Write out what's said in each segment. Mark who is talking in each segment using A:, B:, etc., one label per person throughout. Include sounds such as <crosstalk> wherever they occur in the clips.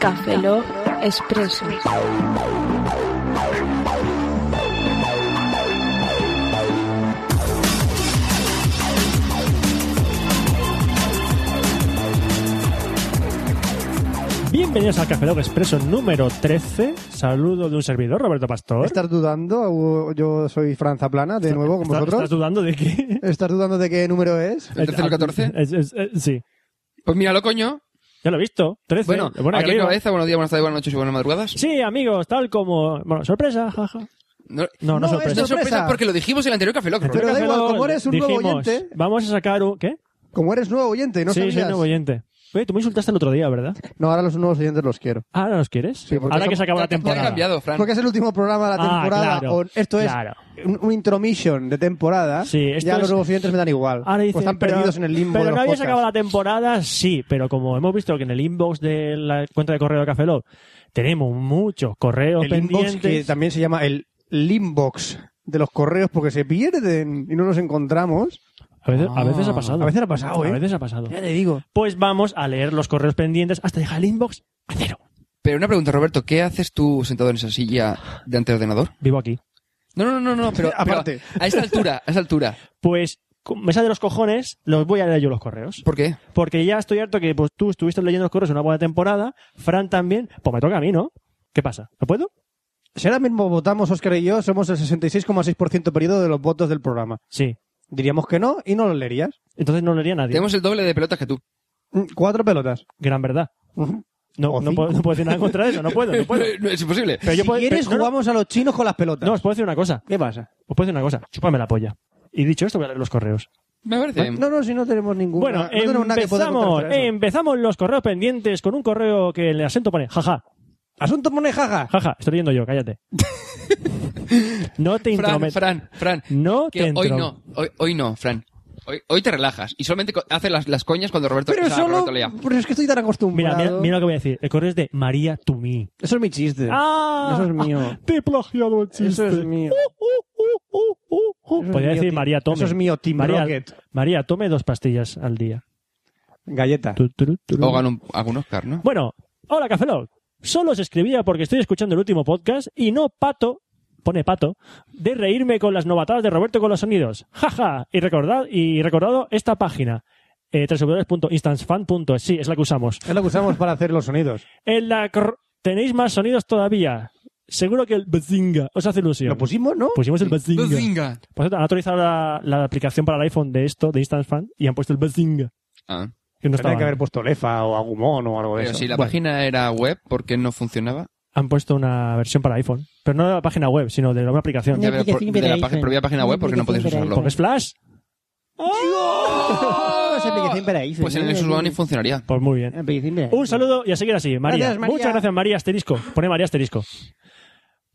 A: Café Log Expreso.
B: Bienvenidos al Café Log Expreso número 13. Saludo de un servidor, Roberto Pastor.
C: ¿Estás dudando? Yo soy Franza Plana, de nuevo con
B: ¿Estás-
C: vosotros.
B: ¿Estás dudando de qué? Ah,
C: ¿Estás dudando de qué número es?
D: ¿El 13 o el 14?
B: Es- es- es- sí.
D: Pues míralo, coño.
B: Ya lo he visto. 13.
D: Bueno,
B: Lo pone
D: aquí en
B: arriba.
D: cabeza, buenos días, buenas tardes, buenas noches y buenas madrugadas.
B: Sí, amigos, tal como... Bueno, sorpresa, jaja.
D: No,
B: No, no,
C: No,
B: sorpresa.
D: no es sorpresa
C: sorpresa.
D: porque lo dijimos en el anterior Café Lock, Roberto.
C: Pero da
B: Café
C: igual,
B: Lock,
C: como eres un nuevo
B: dijimos,
C: oyente-
B: Vamos a sacar un... ¿Qué?
C: Como eres nuevo oyente, no
B: sí, soy
C: sabías.
B: nuevo oyente. Oye, tú me insultaste el otro día,
C: <laughs>
B: ¿verdad?
C: No, ahora los nuevos oyentes los quiero.
B: ¿Ahora nos quieres?
C: Sí, porque
B: Ahora
C: son-
B: que se acaba la
D: Ya- ya ha
B: temporada.
D: cambiado, Fran.
C: Porque es el último programa de la
B: Ah,
C: temporada.
B: claro,
C: o esto es
B: claro.
C: un, un intromission de temporada.
B: Sí, esto
C: ya
B: es-
C: los nuevos oyentes me dan igual.
B: Ahora dice,
C: pues están
B: pero-
C: perdidos en el limbo
B: Pero
C: de los
B: no habías
C: podcasts.
B: acabado la temporada, sí, pero como hemos visto que en el inbox de la cuenta de correo de Café Lock tenemos muchos correos
C: El inbox, que
B: pendientes.
C: también se llama el limbox de los correos porque se pierden y no los encontramos.
B: A, veces, a veces ha
D: Ah,
B: pasado.
C: a veces ha pasado, ¿eh?
B: A veces ha pasado.
C: te digo.
B: Pues vamos a leer los correos pendientes hasta dejar el inbox a cero.
D: Pero una pregunta, Roberto, ¿qué haces tú sentado en esa silla delante del ordenador?
B: Vivo aquí.
D: No, no, no, no,
B: <laughs>
D: no, pero,
C: Aparte.
D: pero a esta altura, a esta altura.
B: Pues, con- me sale de los cojones, los voy a leer yo los correos.
D: ¿Por qué?
B: Porque ya estoy harto que pues, tú estuviste leyendo los correos una buena temporada, Fran también, pues me toca a mí, ¿no? ¿Qué pasa? ¿No puedo?
C: Si ahora mismo votamos Oscar y yo, somos el 66,6% perdido de los votos del programa.
B: Sí.
C: Diríamos que no y no los leerías.
B: Entonces no leería nadie.
D: Tenemos el doble de pelotas que tú.
C: Mm, Cuatro pelotas.
B: Gran verdad.
C: Ujú.
B: No,
C: O
B: no,
C: cinco.
B: puedo, no puedo decir nada contra eso, no puedo,
C: <laughs>
B: no puedo.
D: No, es imposible.
B: Pero yo
C: si
B: puedo-
C: quieres,
B: pero- no, no.
C: jugamos a los chinos con las pelotas.
B: No, os puedo decir una cosa.
C: ¿Qué pasa?
B: Os puedo decir una cosa. Chúpame la polla. Y dicho esto, voy a leer los correos.
D: Me parece bien.
C: No, no, si no tenemos ninguna.
B: Bueno,
C: no tenemos nada que poder
B: empezamos, em-
C: contra eso.
B: empezamos los correos pendientes con un correo que en el acento pone jaja,
C: Asunto monejaja.
B: jaja, estoy leyendo yo,
C: <laughs>
B: cállate. no te
D: Fran,
B: intrometas.
D: Fran, Fran.
B: No te
D: Que hoy
B: intro-
D: no, hoy, hoy no, Fran. Hoy, hoy te relajas y solamente co- haces las, las coñas cuando Roberto,
C: Pero
D: o sea,
C: solo.
D: Roberto lea.
C: Pero es que estoy tan
B: Mira,
C: acostumbrado.
B: mira, mira lo que voy a decir. El correo es de María Tumí.
C: Eso es mi chiste.
B: ¡Ah!
C: Eso es mío.
B: Te he plagiado el chiste.
C: Eso es mío.
B: Uh, uh, uh, uh, uh.
C: Eso es
B: Podría
C: mío,
B: decir
C: Tim-
B: María Tome.
C: Eso es mío, Team
B: María,
C: Rocket.
B: María, tome dos pastillas al día.
C: Galleta.
B: Tu, tu, tu, tu.
D: O gana un- algún Oscar, ¿no?
B: Bueno, hola Cafelog. Solo os escribía porque estoy escuchando el último podcast y no pato, pone pato, de reírme con las novatadas de Roberto con los sonidos. Jaja. Y recordad, y recordado esta página. Eh, www.instancefan.es. Sí, es la que usamos.
C: Es lo que usamos para hacer los sonidos.
B: En la cr- tenéis más sonidos todavía. Seguro que el bazinga os hace ilusión.
C: Lo pusimos, ¿no? pues-
B: Pusimos el bazinga.
D: Bazinga.
B: Por cierto, han actualizado la, la aplicación para el iPhone de esto, de Instant Fan, y han puesto el bazinga.
D: Ah.
B: Que no
C: Tendría
B: estaba.
C: que haber puesto Lefa o Agumón o algo de
D: Pero
C: eso.
D: si la
C: Bueno,
D: página era web, ¿por qué no funcionaba?
B: Han puesto una versión para iPhone. Pero no de la página web, sino de una aplicación.
D: Ya, pero por- de la pag- propia página web, ¿por qué no podéis usarlo?
B: Porque es Flash.
C: ¡Oh!
D: Pues en el Nexus One ni funcionaría.
B: Pues muy bien. Un saludo y a seguir así, María.
C: Gracias, María.
B: Muchas gracias, María Asterisco. Pone María Asterisco.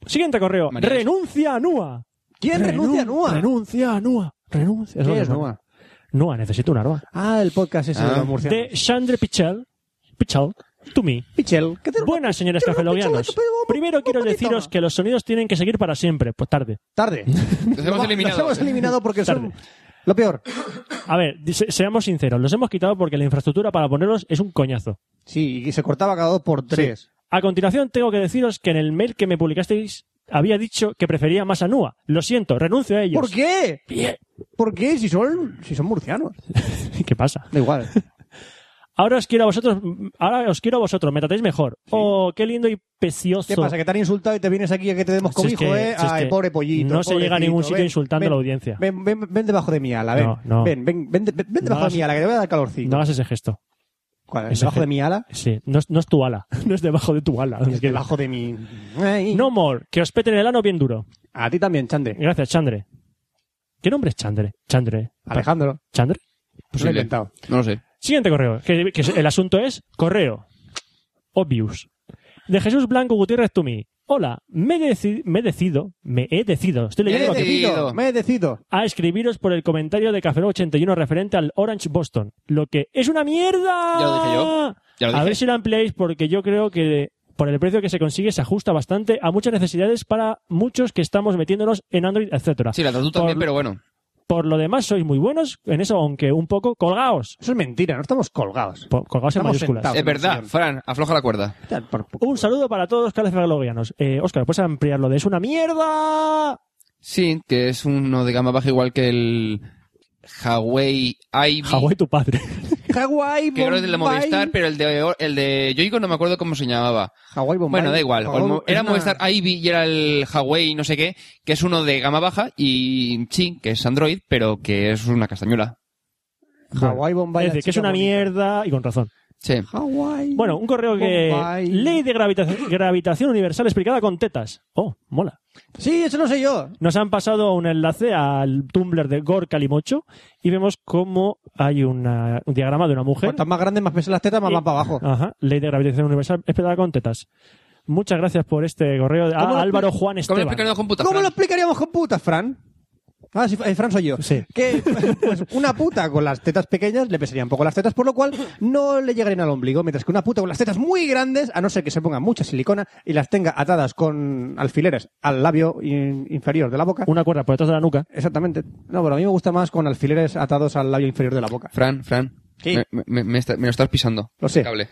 B: Siguiente correo.
D: María.
B: Renuncia a NUA.
C: ¿Quién
B: Renun-
C: renuncia a NUA?
B: Renuncia a NUA. Renuncia. Eso
C: ¿Qué
B: lo
C: es
B: que
C: Nua?
B: pone. NUA, necesito una NUA.
C: Ah, el podcast ese
D: Ah.
C: de los murcianos.
B: De Chandre Pichal. Pichal. To me.
C: Pichel, ¿qué te
B: Buenas, señores
C: Yo no
B: cafeloguianos.
C: pienso que- pero-
B: Primero
C: un
B: quiero
C: poquito
B: deciros
C: más.
B: que los sonidos tienen que seguir para siempre. Pues tarde.
C: Tarde.
D: Los
C: <laughs>
D: hemos eliminado.
C: Los hemos eliminado porque son
B: Tarde.
C: lo peor.
B: A ver, se- seamos sinceros. Los hemos quitado porque la infraestructura para ponerlos es un coñazo.
C: Sí, y se cortaba cada dos por tres.
B: A continuación, tengo que deciros que en el mail que me publicasteis había dicho que prefería más a Nua. Lo siento, renuncio a ellos.
C: ¿Por qué? ¿Por qué? Si son, si son murcianos.
B: <laughs> ¿Qué pasa?
C: Da igual.
B: Ahora os quiero a vosotros, ahora os quiero a vosotros, me tratáis mejor. Oh, qué lindo y precioso.
C: ¿Qué pasa? Que te han insultado y te vienes aquí a que te demos
B: Si es
C: cobijo,
B: que-
C: ¿eh?
B: si es
C: Ay,
B: que
C: pobre pollito.
B: no se
C: pobrecito.
B: llega a ningún sitio
C: Ven,
B: insultando
C: ven,
B: a la audiencia.
C: Ven, ven, ven debajo de mi ala, ven.
B: No, no.
C: Ven, ven, ven, ven- ven debajo
B: hagas-
C: de mi ala, que te voy a dar calorcito.
B: No hagas ese gesto.
C: ¿Cuál?
B: ese
C: ¿Debajo
B: ge-
C: de mi ala?
B: Sí, no es, no es tu ala, <laughs> no <laughs> es debajo de tu ala. <laughs>
C: Es debajo de mi... Ay.
B: No more, que os peten el ano bien duro.
C: A ti también, Chande.
B: Gracias, Chandre. ¿Qué nombre es Chandre? Chandre.
C: Alejandro.
B: ¿Chandre?
C: Lo he
D: Posible.
C: inventado.
D: No lo sé.
B: Siguiente correo, que, que el asunto es correo. Obvious. De Jesús Blanco Gutiérrez Tumi. Hola, me, deci- me decido, me he decidido, estoy
C: Me
B: leyendo
C: he
B: lo que-
D: decidido.
C: decidido, me he decidido.
B: a escribiros por el comentario de Café Lock 81 referente al Orange Boston, lo que es una mierda.
D: Ya lo dije yo. Ya lo
B: A
D: dije.
B: ver si lo ampliáis porque yo creo que por el precio que se consigue se ajusta bastante a muchas necesidades para muchos que estamos metiéndonos en Android, etcétera.
D: Sí, la tatu también,
B: Por-
D: pero bueno.
B: Por lo demás, sois muy buenos en eso, aunque un poco colgaos.
C: Eso es mentira, no estamos colgados.
B: Po- Colgaos en
C: Estamos
B: mayúsculas.
C: sentados.
D: Es verdad,
C: Señor.
D: Fran, afloja la cuerda.
C: Pues
B: Un saludo para todos los calefaglogianos. Eh, Oscar, ¿puedes ampliar lo de es una mierda?
D: Sí, que es uno de gama baja igual que el Huawei Ivy.
B: Hawái tu
C: <laughs>
B: padre.
C: Hawái,
D: Que era el de la
C: Bombay.
D: Movistar, pero el de, el de Yoigo no me acuerdo cómo se llamaba.
C: Hawái, Bombay.
D: Bueno, da igual. o el mo-
C: Hawái,
D: era
C: es una-
D: Movistar Ivy y era el Huawei no sé qué, que es uno de gama baja y sí, que es Android, pero que es una castañuela.
C: Hawái, Bombay.
B: es decir,
C: la
B: que es
C: chica
B: una
C: bonita.
B: mierda y con razón.
D: Sí.
C: Hawái.
B: Bueno, un correo que...
C: Bombay.
B: Ley de gravitación, gravitación universal explicada con tetas. Oh, mola.
C: Sí, eso no sé yo.
B: Nos han pasado un enlace al Tumblr de Gor Calimocho y vemos cómo hay una- un diagrama de una mujer.
C: Cuantas más grandes, más pesan las tetas, más
B: Y-
C: van para abajo.
B: Ajá, Ley de gravitación universal explicada con tetas. Muchas gracias por este correo
C: ¿Cómo lo
B: a Álvaro Juan
D: ¿Cómo
B: Esteban.
D: explicarlo con puta?
C: ¿Cómo
D: Fran?
C: lo explicaríamos con putas, Fran? Ah, sí, eh, Fran soy yo.
B: Sí.
C: Que pues, una puta con las tetas pequeñas le pesarían poco las tetas, por lo cual no le llegarían al ombligo, mientras que una puta con las tetas muy grandes, a no ser que se ponga mucha silicona y las tenga atadas con alfileres al labio in- inferior de la boca.
B: Una cuerda por detrás de la nuca.
C: Exactamente. No, pero a mí me gusta más con alfileres atados al labio inferior de la boca.
D: Fran, Fran.
C: ¿Qué?
D: Me, me- me está- me lo estás pisando.
C: Lo sé.
D: El Cable.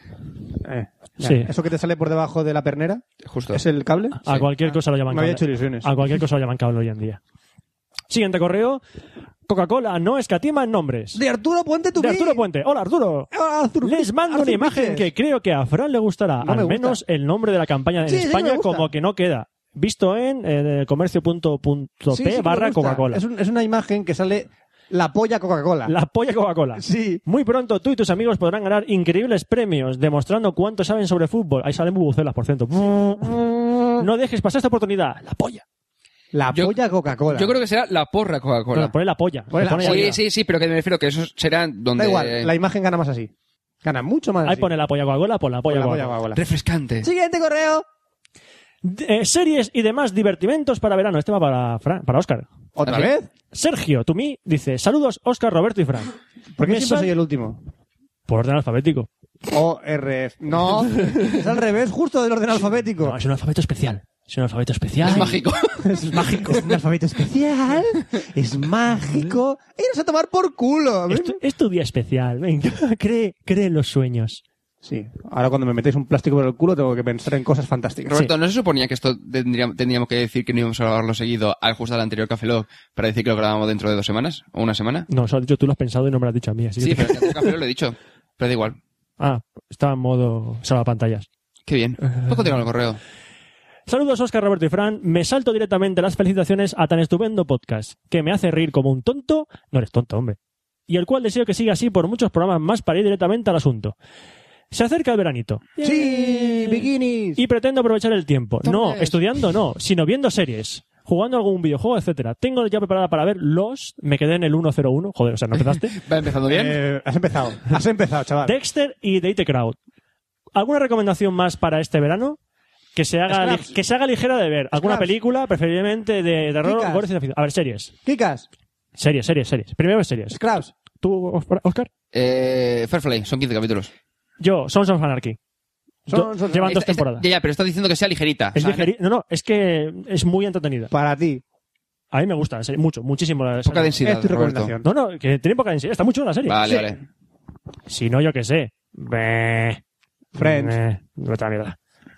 C: Eh, ya.
B: Sí. Ah.
C: ¿Eso que te sale por debajo de la pernera?
D: Justo.
C: ¿Es el cable?
B: A cualquier cosa lo llaman
C: Ah, Me había
B: cable.
C: hecho ilusiones.
B: A cualquier cosa lo llaman cable hoy en día. Siguiente correo. Coca-Cola no escatima en nombres.
C: De Arturo Puente, tu Ah,
B: De Arturo Puente. Hola, Arturo. Les mando una imagen que creo que a Fran le gustará.
C: No me
B: al
C: gusta.
B: menos el nombre de la campaña en
C: Sí, sí que
B: España
C: me gusta.
B: como que no queda. Visto en eh, comercio.p
C: Sí, sí que me
B: barra
C: gusta.
B: Coca-Cola.
C: Es, un- es una imagen que sale la polla Coca-Cola.
B: La polla Coca-Cola.
C: Sí.
B: Muy pronto tú y tus amigos podrán ganar increíbles premios demostrando cuánto saben sobre fútbol. Ahí salen bubucelas, por cierto. No dejes pasar esta oportunidad. La polla.
C: La
D: Yo-
C: polla Coca-Cola.
D: Yo creo que será la porra Coca-Cola.
B: No, poner la polla.
C: Poner la
B: Pone ahí
D: sí,
B: arriba.
D: sí, sí, pero que me refiero que eso será donde...
C: Da igual, la imagen gana más así. Gana mucho más
B: Ahí
C: así.
B: pone la polla Coca-Cola, pon la polla
C: Con la
B: Coca-Cola.
C: Coca-Cola.
D: Refrescante.
C: Siguiente correo.
B: D- eh, series y demás divertimentos para verano. Este va para, Fran- para Oscar.
C: ¿Otra
D: Así.
C: vez?
B: Sergio Tumí dice: Saludos, Oscar, Roberto y Fran.
C: ¿Por qué
B: Me
C: siempre
B: sal-
C: soy el último?
B: Por orden alfabético.
C: ORF.
D: <laughs>
C: No, es al revés, justo del orden alfabético.
B: No, es un alfabeto especial. Es un alfabeto especial.
D: Es mágico.
C: Es mágico. Es un alfabeto especial. Es mágico. Iros a tomar por culo. A mí
B: Es tu, es tu día especial. Venga, <laughs> cree, cree en los sueños.
C: Sí, ahora cuando me metéis un plástico por el culo tengo que pensar en cosas fantásticas.
D: Roberto, ¿no se suponía que esto tendría- tendríamos que decir que no íbamos a grabarlo seguido al justo al anterior Café Lock para decir que lo grabamos dentro de dos semanas o una semana?
B: No, eso lo has dicho tú, lo has pensado y no me lo has dicho a mí. Así que te-
D: Sí, pero el anterior Café Lock lo he dicho. Pero da igual.
B: Ah, estaba en modo salvapantallas.
D: Qué bien. Puedo continuar el correo.
B: Saludos, Oscar, Roberto y Fran. Me salto directamente las felicitaciones a tan estupendo podcast, que me hace reír como un tonto. No eres tonto, hombre. Y el cual deseo que siga así por muchos programas más para ir directamente al asunto. Se acerca el veranito.
C: Sí, bikinis.
B: Y pretendo aprovechar el tiempo. No,
D: Entonces-
B: estudiando no, sino viendo series. Jugando algún videojuego, etcétera. Tengo ya preparada para ver los. Me quedé en el 101. Joder, o sea, no empezaste.
D: <laughs> ¿Va empezando bien?
C: Eh, has empezado, <laughs> has empezado, chaval.
B: Dexter y Date Crowd. ¿Alguna recomendación más para este verano? Que se haga,
C: Scraps.
B: li- que se haga ligera de ver. ¿Alguna
C: Scraps.
B: película, preferiblemente de terror,
C: Kick-Ass.
B: gore y ciencia ficción? A ver, series.
C: Kikas,
B: Series, series, series. Primero series.
C: Scraps,
B: ¿Tú, Oscar?
D: Eh, Firefly, son 15 capítulos.
B: Yo, Sons of Anarchy.
C: Sons
B: Do-
C: of Anarchy.
B: Llevan
D: Esta-
B: dos
D: esta-
B: temporadas.
D: ya, ya, pero estás diciendo que sea ligerita.
B: Es
D: O sea,
B: ligeri- No, no, es que es muy entretenida.
C: para ti.
B: A mí me gusta la serie, mucho, muchísimo la
D: Poca
B: serie.
D: densidad,
C: es tu
D: Roberto.
C: recomendación.
B: No, no, que tiene poca densidad. Está muy chula la serie.
D: Vale,
C: Sí.
D: vale.
B: Si no, yo qué sé. Beh.
C: Friends.
B: Beh. Otra mierda.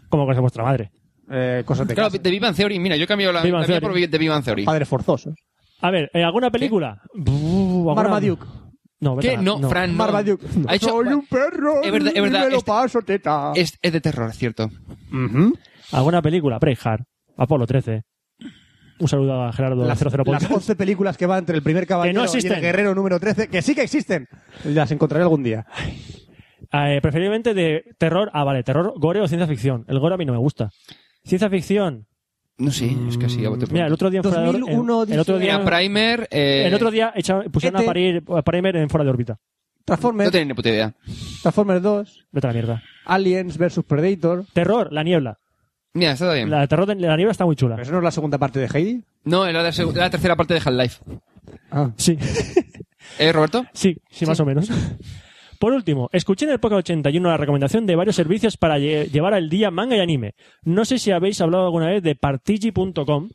B: ¿Cómo conoce vuestra madre?
C: Eh, cosas de
D: Claro,
C: casa.
D: de Vivan Theory. Mira, yo he cambiado la,
B: Big
D: la
B: Bang
D: mía
B: Theory.
D: por de Vivan Theory.
C: Padres forzosos.
B: A ver, ¿eh, ¿alguna película? Buh, ¿alguna-
C: Marmaduke.
B: pues No, vete a
D: ¿Qué?
B: la-
D: No, Fran, no.
C: Marmaduke.
D: Ha hecho-
C: Soy un perro.
D: Es verdad, es
C: y
D: verdad,
C: me lo
D: este-
C: paso, teta.
D: Es, es de terror, es cierto.
C: Ujú.
B: ¿Alguna película? Preyhard. Apolo 13. Un saludo a Gerardo de
C: Las,
B: 00
C: las
B: Podcast.
C: 11 películas que van entre el primer caballero y
B: existen.
C: el guerrero número 13, que sí que existen. Las encontraré algún día.
B: Eh, preferiblemente de terror. Ah, vale, terror, gore o ciencia ficción. El gore a mí no me gusta. Ciencia ficción.
D: No sé, es que así. a bote
B: Mira, el
D: pronto.
B: otro día en fuera de or-
C: 2001
B: el, el otro
C: dice- E
B: día,
D: Mira, Primer. eh,
B: el otro día echa- pusieron a
C: ET.
B: parir a Primer en fuera de órbita.
D: No
C: Transformers,
D: tenía ni puta idea.
C: Transformers 2,
B: Vete a la mierda.
C: Aliens vs Predator.
B: Terror, la niebla.
D: Mira, está bien.
B: La terror de la niebla está muy
C: ¿Pero
B: chula.
C: eso no es la segunda parte de Heidi?
D: No, era la, seg- la tercera parte de Half-Life.
C: Ah.
B: Sí.
D: ¿Eh, Roberto?
B: Sí, sí, más o menos. <laughs> Por último, escuché en el podcast 81 la recomendación de varios servicios para lle- llevar al día manga y anime. No sé si habéis hablado alguna vez de Partigi.com,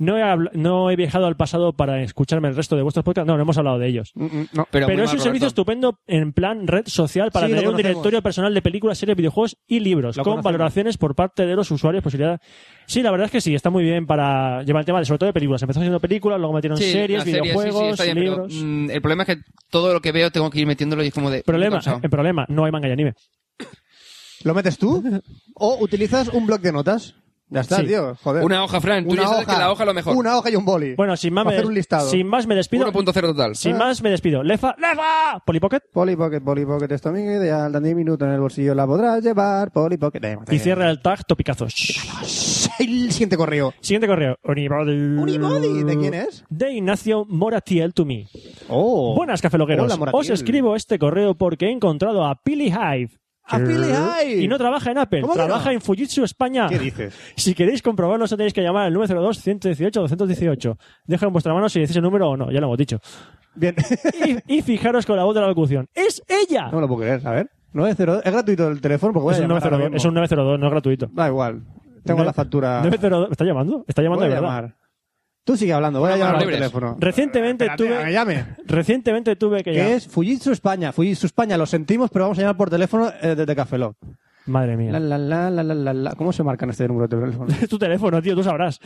B: No he, habl- no he viajado al pasado para escucharme el resto de vuestros podcasts. No, no hemos hablado de ellos.
C: Mm, mm, No.
B: Pero
D: Pero, muy
B: es
D: mal,
B: un servicio
D: Roberto.
B: estupendo en plan red social para
C: Sí, lo
B: tener un
C: conocemos.
B: directorio personal de películas, series, videojuegos y libros,
C: Lo
B: con
C: conocemos.
B: valoraciones por parte de los usuarios, posibilidad. Sí, la verdad es que sí, está muy bien para llevar el tema, de, sobre todo de películas. Empezó haciendo películas, luego metieron
D: Sí,
B: series,
D: las series, sí, sí,
B: videojuegos,
D: está bien, pero,
B: libros.
D: mm, el problema es que todo lo que veo tengo que ir metiéndolo y es como de...
B: problema, eh,
D: cansado.
B: el problema, no hay manga y anime.
C: ¿Lo metes tú? <laughs> ¿O utilizas un bloc de notas? Ya está,
B: Sí.
C: tío.
B: eh,
C: Joder.
D: Una hoja, Fran. Tú
C: Una
D: ya sabes que la hoja es lo mejor.
C: Una hoja y un boli.
B: Bueno, sin más,
C: Para
B: me,
C: hacer un listado.
B: sin más me despido.
D: 1.0 total.
B: Sin más me despido. Lefa, Lefa, Polipocket.
C: Polly Pocket, Polly Pocket es tu amigo ideal. Dani minuto en el bolsillo la podrás llevar. Polly Pocket. Eh,
B: Y cierra el tag topicazos.
C: <laughs> El siguiente correo.
B: Siguiente correo. Unibody.
C: Unibody, ¿de quién es?
B: De Ignacio Moratiel to me.
C: Oh.
B: Buenas, cafelogueros.
C: Hola, Moratiel.
B: Os escribo este correo porque he encontrado a Pili Hive.
C: ¡A Pili Hive!
B: Y no trabaja en Apple,
C: ¿Cómo que
B: trabaja
C: no?
B: en Fujitsu España.
C: ¿Qué dices?
B: Si queréis comprobarlo, solo tenéis que llamar al 902-118-218. Deja en vuestra mano si decís el número o no, ya lo hemos dicho.
C: Bien. <laughs>
B: Y, y fijaros con la voz de la locución. ¡Es ella!
C: no me lo puedo creer. A ver. 902. Es gratuito el teléfono porque voy a
B: es, un
C: llamar ahora
B: 902,
C: mismo.
B: es un 902, no es gratuito.
C: Da igual. Tengo
B: <laughs> Nueve-
C: la factura.
B: 902, ¿Está llamando? ¿Está llamando
C: Voy a
B: de verdad?
C: llamar. Tú sigue hablando. Voy a
D: Bueno,
C: llamar al
D: libres.
C: teléfono.
B: Recientemente
C: Espérate,
B: tuve-
C: a que llame.
B: Recientemente tuve que
C: Que
B: llamar...
C: es Fujitsu España. Fujitsu España, lo sentimos, pero vamos a llamar por teléfono eh, desde Café Lock.
B: Madre mía.
C: La, la, la, la, la, la, la. ¿Cómo se marcan este número de teléfono?
B: <laughs>
C: <laughs>
B: Es tu teléfono, tío, tú sabrás.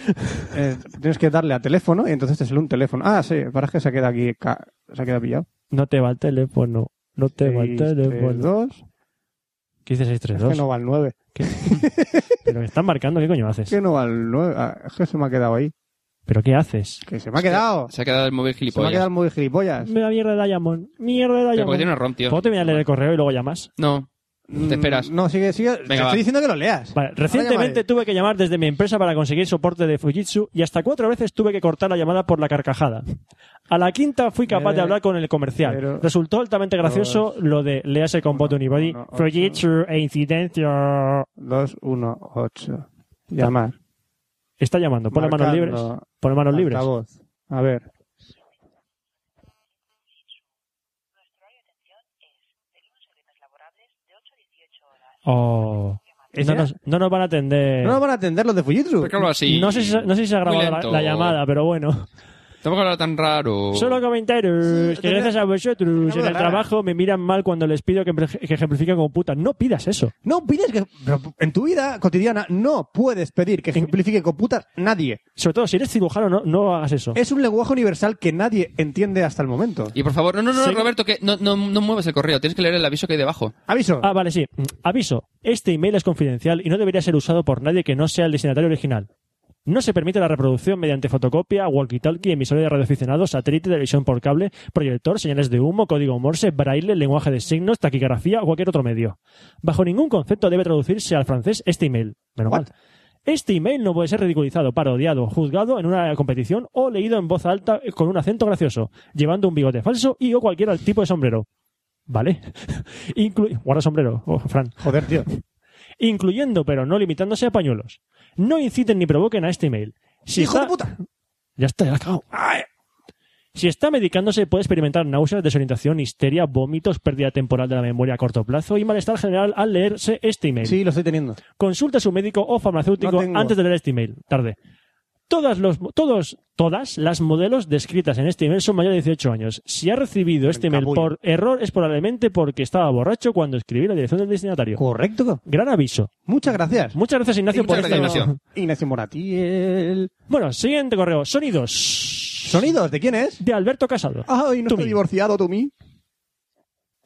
C: Eh, tienes que darle a teléfono y entonces te sale un teléfono. Ah, sí, para que se queda aquí, ca- se queda pillado.
B: No te va el teléfono. No te va el
C: Seis, tres,
B: teléfono.
C: dos.
B: ¿Qué dices
C: Es que
B: 632?
C: no va al 9.
B: <laughs> Pero me están marcando, ¿qué coño
C: Es
B: haces?
C: que no va al 9. Ah, es que se me ha quedado ahí.
B: ¿Pero qué haces?
C: Que se me ha quedado.
D: Se ha quedado el móvil
C: Se me ha
D: gilipollas.
C: quedado muy gilipollas.
B: Me da mierda de Diamond. Mierda de
D: Pero porque tiene
B: Diamond.
D: un ROM, tío.
B: ¿Puedo terminar de leer el correo y luego llamas?
D: No. Te esperas.
C: Mm, No, sigue, sigue. te
D: va.
C: estoy diciendo que lo leas.
B: Vale, recientemente
C: llamaré.
B: tuve que llamar desde mi empresa para conseguir soporte de Fujitsu y hasta cuatro veces tuve que cortar la llamada por la carcajada. A la quinta fui capaz de
C: Eh,
B: hablar con el comercial.
C: pero-
B: Resultó altamente gracioso lo de lease con bot Unibody,
C: uno, ocho.
B: Fujitsu e incidencia.
C: 2, 1, 8. Llamar.
B: Está llamando, pon las manos libres.
C: Marcando
B: Pon manos libres.
C: altavoz. A ver.
B: Oh. No
C: ¿Ella?
B: nos, no nos van a atender.
C: No nos van a atender los de Fujitsu.
D: ¿Por qué hablo así?
B: No sé si, no sé si se ha
D: Muy
B: grabado la,
D: lento. Oh.
B: la llamada, pero bueno.
D: Tampoco hablar tan raro.
B: Solo comentarios.
C: Sí,
B: que
C: tenía-
B: gracias a vosotros en
C: tenía
B: el
C: rara.
B: trabajo me miran mal cuando les pido que, que ejemplifiquen como puta. No pidas eso.
C: No pides que. pero En tu vida cotidiana no puedes pedir que simplifique con putas nadie.
B: Sobre todo, si eres cirujano, no, no hagas eso.
C: Es un lenguaje universal que nadie entiende hasta el momento.
D: Y por favor, no, no, no,
B: Sí.
D: Roberto, que no, no, no muevas el correo. Tienes que leer el aviso que
B: <laughs>
D: hay debajo.
C: Aviso.
B: Ah, vale, sí. Mm, Aviso. Este email es confidencial y no debería ser usado por nadie que no sea el destinatario original. No se permite la reproducción mediante fotocopia, walkie-talkie, emisora de radioaficionados, satélite, televisión por cable, proyector, señales de humo, código morse, braille, lenguaje de signos, taquigrafía o cualquier otro medio. Bajo ningún concepto debe traducirse al francés este email. Menos
C: What?
B: mal. Este email no puede ser ridiculizado, parodiado, juzgado en una competición o leído en voz alta con un acento gracioso, llevando un bigote falso y o cualquier tipo de sombrero. ¿Vale? Inclu- Guarda sombrero, oh, Fran.
C: Joder,
B: <laughs>
C: tío.
B: Incluyendo, pero no limitándose a pañuelos. No inciten ni provoquen a este email. Si
C: ¡Hijo
B: está-
C: de puta!
B: Ya está, ya la he cagado. Si está medicándose, puede experimentar náuseas, desorientación, histeria, vómitos, pérdida temporal de la memoria a corto plazo y malestar general al leerse este email.
C: Sí, lo estoy teniendo.
B: Consulta a su médico o
C: No
B: farmacéutico
C: tengo.
B: antes de leer este email. Tarde. Todas, los, todos, todas las modelos descritas en este email son mayores de 18 años. Si ha recibido este email
C: encabullo.
B: por error es probablemente porque estaba borracho cuando escribí la dirección del destinatario.
C: Correcto.
B: Gran aviso.
C: Muchas gracias.
B: Muchas gracias, Ignacio,
D: Sí,
B: por
D: muchas
B: esta
D: gracias, Ignacio.
C: Ignacio Moratiel.
B: <laughs> Bueno, siguiente correo. Sonidos.
C: ¿Sonidos? ¿De quién es?
B: De Alberto Casado.
D: Ah.
C: Ay, no
B: Tú
C: estoy
B: mí.
C: divorciado, tú mí.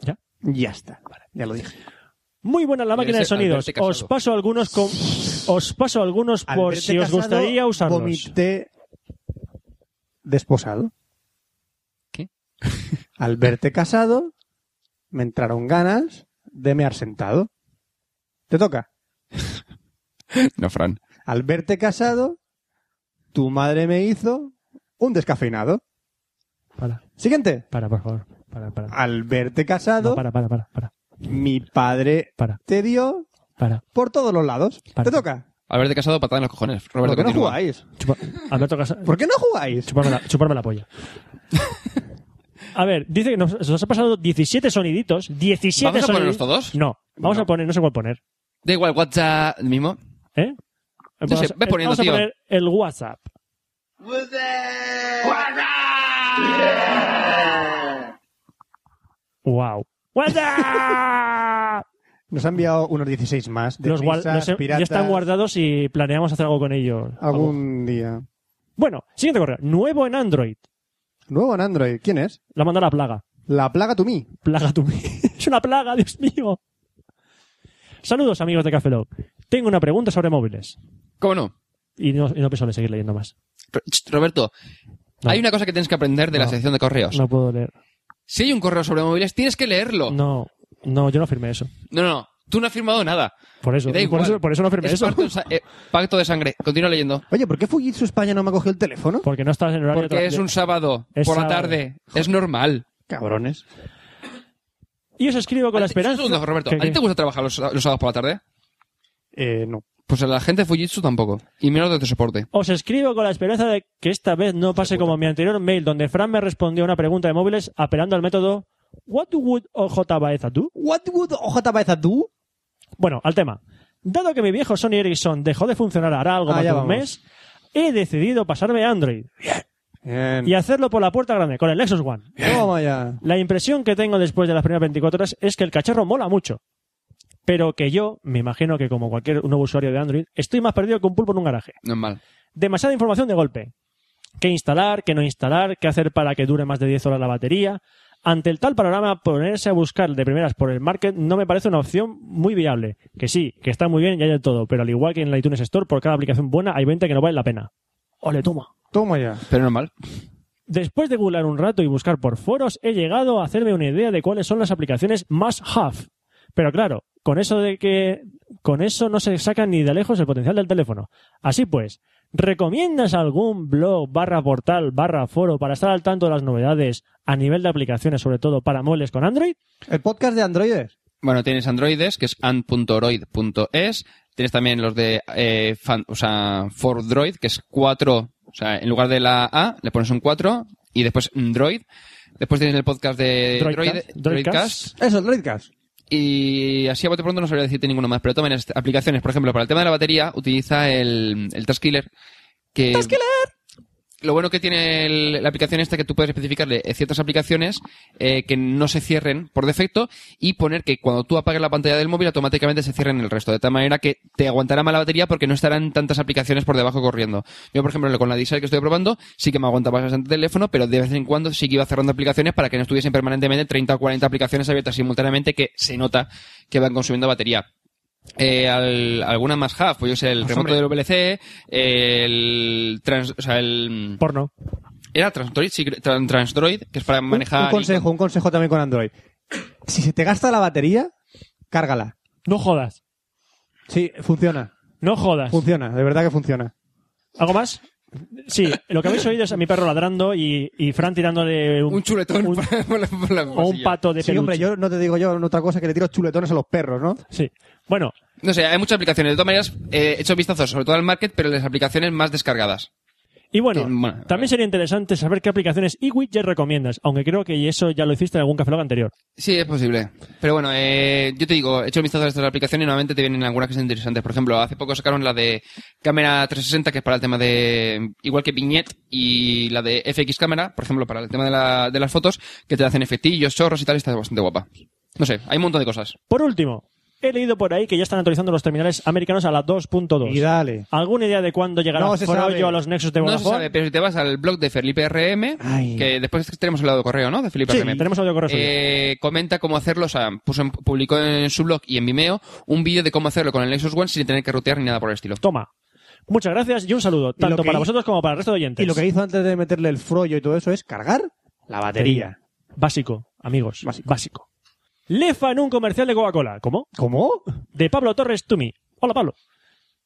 B: ¿Ya?
C: Ya está. Vale, ya lo dije.
B: Muy buena la máquina de
D: Ese Alberto
B: sonidos.
D: Casado.
B: Os paso algunos con- os paso algunos por
C: Alberte
B: si os
C: Casado,
B: gustaría usarlos.
C: Vomité desposado.
D: ¿Qué?
C: <laughs> Al verte casado, me entraron ganas de mear sentado. Te toca.
D: No, Fran.
C: Al verte casado, tu madre me hizo un descafeinado.
B: Para,
C: Siguiente.
B: para, por favor. Para, para.
C: Al verte
B: No,
C: casado,
B: para, para, para, para,
C: mi padre
B: para,
C: te dio
B: para.
C: por todos los lados.
B: Para.
C: Te toca.
D: Haberte casado, patada en los cojones.
C: ¿Por
D: Roberto,
C: qué no
D: continúa.
C: jugáis?
B: Chupa- Alberto Casado.
C: ¿Por qué no jugáis?
B: Chuparme la, chuparme la polla. A ver, dice que nos, nos ha pasado 17 soniditos. 17
D: ¿Vamos a
B: soniditos.
D: ponerlos todos?
B: No, vamos
C: No.
B: a poner, no sé cuál poner.
D: Da igual, WhatsApp mismo.
B: ¿Eh?
D: No sé, ve
B: eh,
D: poniendo,
B: vamos a
D: tío.
B: poner el WhatsApp. Wow. ¡Guarda!
C: Nos ha enviado unos 16 más de
B: los guar-
C: pizzas,
B: los he- ya
C: piratas,
B: están guardados y planeamos hacer algo con ellos. Algo.
C: algún día.
B: Bueno, siguiente correo. Nuevo en Android.
C: Nuevo en Android. ¿Quién es?
B: La manda la plaga.
C: La plaga to me.
B: Plaga tú. <laughs> es una plaga, Dios mío. Saludos, amigos de Café Lock. Tengo una pregunta sobre móviles.
D: ¿Cómo no?
B: Y no, y no pienso seguir leyendo más.
D: Ro- ch, Roberto,
B: No.
D: hay una cosa que tienes que aprender de la
B: No.
D: sección de correos.
B: No puedo leer.
D: Si hay un correo sobre móviles, tienes que leerlo. No,
B: No, no, yo no firmé eso.
D: no, no. Tú no has firmado nada.
B: Por eso,
D: Y da
B: por
D: igual.
B: eso, por eso no firmé
D: Es
B: eso.
D: Pacto, en sa- eh, pacto de sangre. Continúa leyendo.
C: Oye, ¿por qué Fujitsu España no me ha cogido el teléfono?
B: Porque no estás en horario. de tra-
D: Porque es un sábado,
B: Es
D: por la
B: sábado.
D: tarde. Es normal.
C: Cabrones.
B: Y os escribo con la
D: A ti-
B: esperanza.
D: Ah, Un segundo, Roberto.
B: ¿Qué,
D: ¿A ti
B: qué?
D: te gusta trabajar los, los sábados por la tarde?
C: Eh, no.
D: Pues a la gente de Fujitsu tampoco. Y menos de tu soporte.
B: Os escribo con la esperanza de que esta vez no pase como mi anterior mail, donde Fran me respondió una pregunta de móviles apelando al método What would OJ Baeza do?
C: What would OJ Baeza do?
B: Bueno, al tema. Dado que mi viejo Sony Ericsson dejó de funcionar hará algo
C: Ah,
B: más
C: ya
B: de un
C: vamos.
B: mes, he decidido pasarme a Android
C: Bien.
B: y hacerlo por la puerta grande, con el Nexus One.
C: Toma ya.
B: La impresión que tengo después de las primeras 24 horas es que el cacharro mola mucho. Pero que yo, me imagino que como cualquier nuevo usuario de Android, estoy más perdido que un pulpo en un garaje.
D: Normal.
B: Demasiada información de golpe. ¿Qué instalar? ¿Qué no instalar? ¿Qué hacer para que dure más de 10 horas la batería? Ante el tal panorama, ponerse a buscar de primeras por el market no me parece una opción muy viable. Que sí, que está muy bien y hay de todo, pero al igual que en la iTunes Store, por cada aplicación buena hay 20 que no valen la pena. Ole, toma.
C: Toma ya.
D: Pero normal.
B: Después de googlar un rato y buscar por foros, he llegado a hacerme una idea de cuáles son las aplicaciones más have. Pero claro, con eso de que con eso no se saca ni de lejos el potencial del teléfono. Así pues, ¿recomiendas algún blog barra portal barra foro para estar al tanto de las novedades a nivel de aplicaciones, sobre todo para móviles con Android?
C: El podcast de androides.
D: Bueno, tienes androides, que es and.oroid.es. Tienes también los de eh, fan- o sea, for droid, que es 4. O sea, en lugar de la A, le pones un 4 y después Android. Después tienes el podcast de
B: Droidcast,
D: Droid-
B: Droidcast.
C: Eso, el Droidcast.
D: Y así a bote pronto no sabría decirte ninguno más, pero tomen est- aplicaciones. Por ejemplo, para el tema de la batería utiliza el, el Task Killer. Que Lo bueno que tiene el- la aplicación esta es que tú puedes especificarle eh, ciertas aplicaciones eh, que no se cierren por defecto y poner que cuando tú apagues la pantalla del móvil automáticamente se cierren el resto. De tal manera que te aguantará más la batería porque no estarán tantas aplicaciones por debajo corriendo. Yo, por ejemplo, con la Diesel que estoy probando sí que me aguantaba bastante el teléfono, pero de vez en cuando sí que iba cerrando aplicaciones para que no estuviesen permanentemente 30 o 40 aplicaciones abiertas simultáneamente que se nota que van consumiendo batería. Eh, al- alguna más half, pues yo sé, el
C: Pues,
D: remoto
C: hombre.
D: del VLC, el trans, o sea, el,
B: Porno.
D: era Transdroid, sí, tran- Transdroid, que es para
C: Un-
D: manejar.
C: Un, consejo, un consejo también con Android. Si se te gasta la batería, cárgala.
B: No jodas.
C: Sí, funciona.
B: No jodas.
C: Funciona, de verdad que funciona.
B: ¿Algo más? Sí, lo que habéis oído es a mi perro ladrando y, y Fran tirándole un,
D: Un chuletón
B: un-
D: para- por la- por la-
B: o un pato de
C: Sí,
B: peluche.
C: hombre, yo no te digo yo otra cosa que le tiro chuletones a los perros, ¿no?
B: Sí. Bueno,
D: No sé, hay muchas aplicaciones. De todas maneras, eh, he hecho vistazos, sobre todo al market, pero las aplicaciones más descargadas.
B: Y bueno,
D: Bien, bueno,
B: también sería interesante saber qué aplicaciones y widgets recomiendas, aunque creo que eso ya lo hiciste en algún café Lock anterior.
D: Sí, es posible. Pero bueno, eh, yo te digo, he hecho un vistazo a estas aplicaciones y normalmente te vienen algunas que son interesantes. Por ejemplo, hace poco sacaron la de cámara 360, que es para el tema de, igual que Vignette, y la de FX cámara, por ejemplo, para el tema de, la- de las fotos, que te hacen efectillos, chorros y tal, y está bastante guapa. No sé, hay un montón de cosas.
B: Por último, he leído por ahí que ya están actualizando los terminales americanos a la
C: Y
B: 2.2.
C: dale.
B: ¿Alguna idea de cuándo llegará
C: No se
B: Frollo
C: sabe.
B: a los Nexus de
D: No se
B: Vodafone?
D: sabe, pero si te vas al blog de Felipe RM,
C: Ay.
D: que después tenemos el lado de correo, ¿no? De Felipe
B: Sí,
D: RM.
B: tenemos audio correo suyo.
D: Eh, comenta cómo hacerlo, o sea, puso en- publicó en su blog y en Vimeo un vídeo de cómo hacerlo con el Nexus One sin tener que rutear ni nada por el estilo.
B: Toma. Muchas gracias y un saludo,
C: lo
B: tanto
C: que
B: para
C: hi-
B: vosotros como para el resto de oyentes.
C: Y lo que hizo antes de meterle el frollo y todo eso es cargar la batería.
B: Básico, amigos.
C: Básico.
B: Básico. Lefa en un comercial de Coca-Cola. ¿Cómo?
C: ¿Cómo?
B: de Pablo Torres Tumi. Hola Pablo.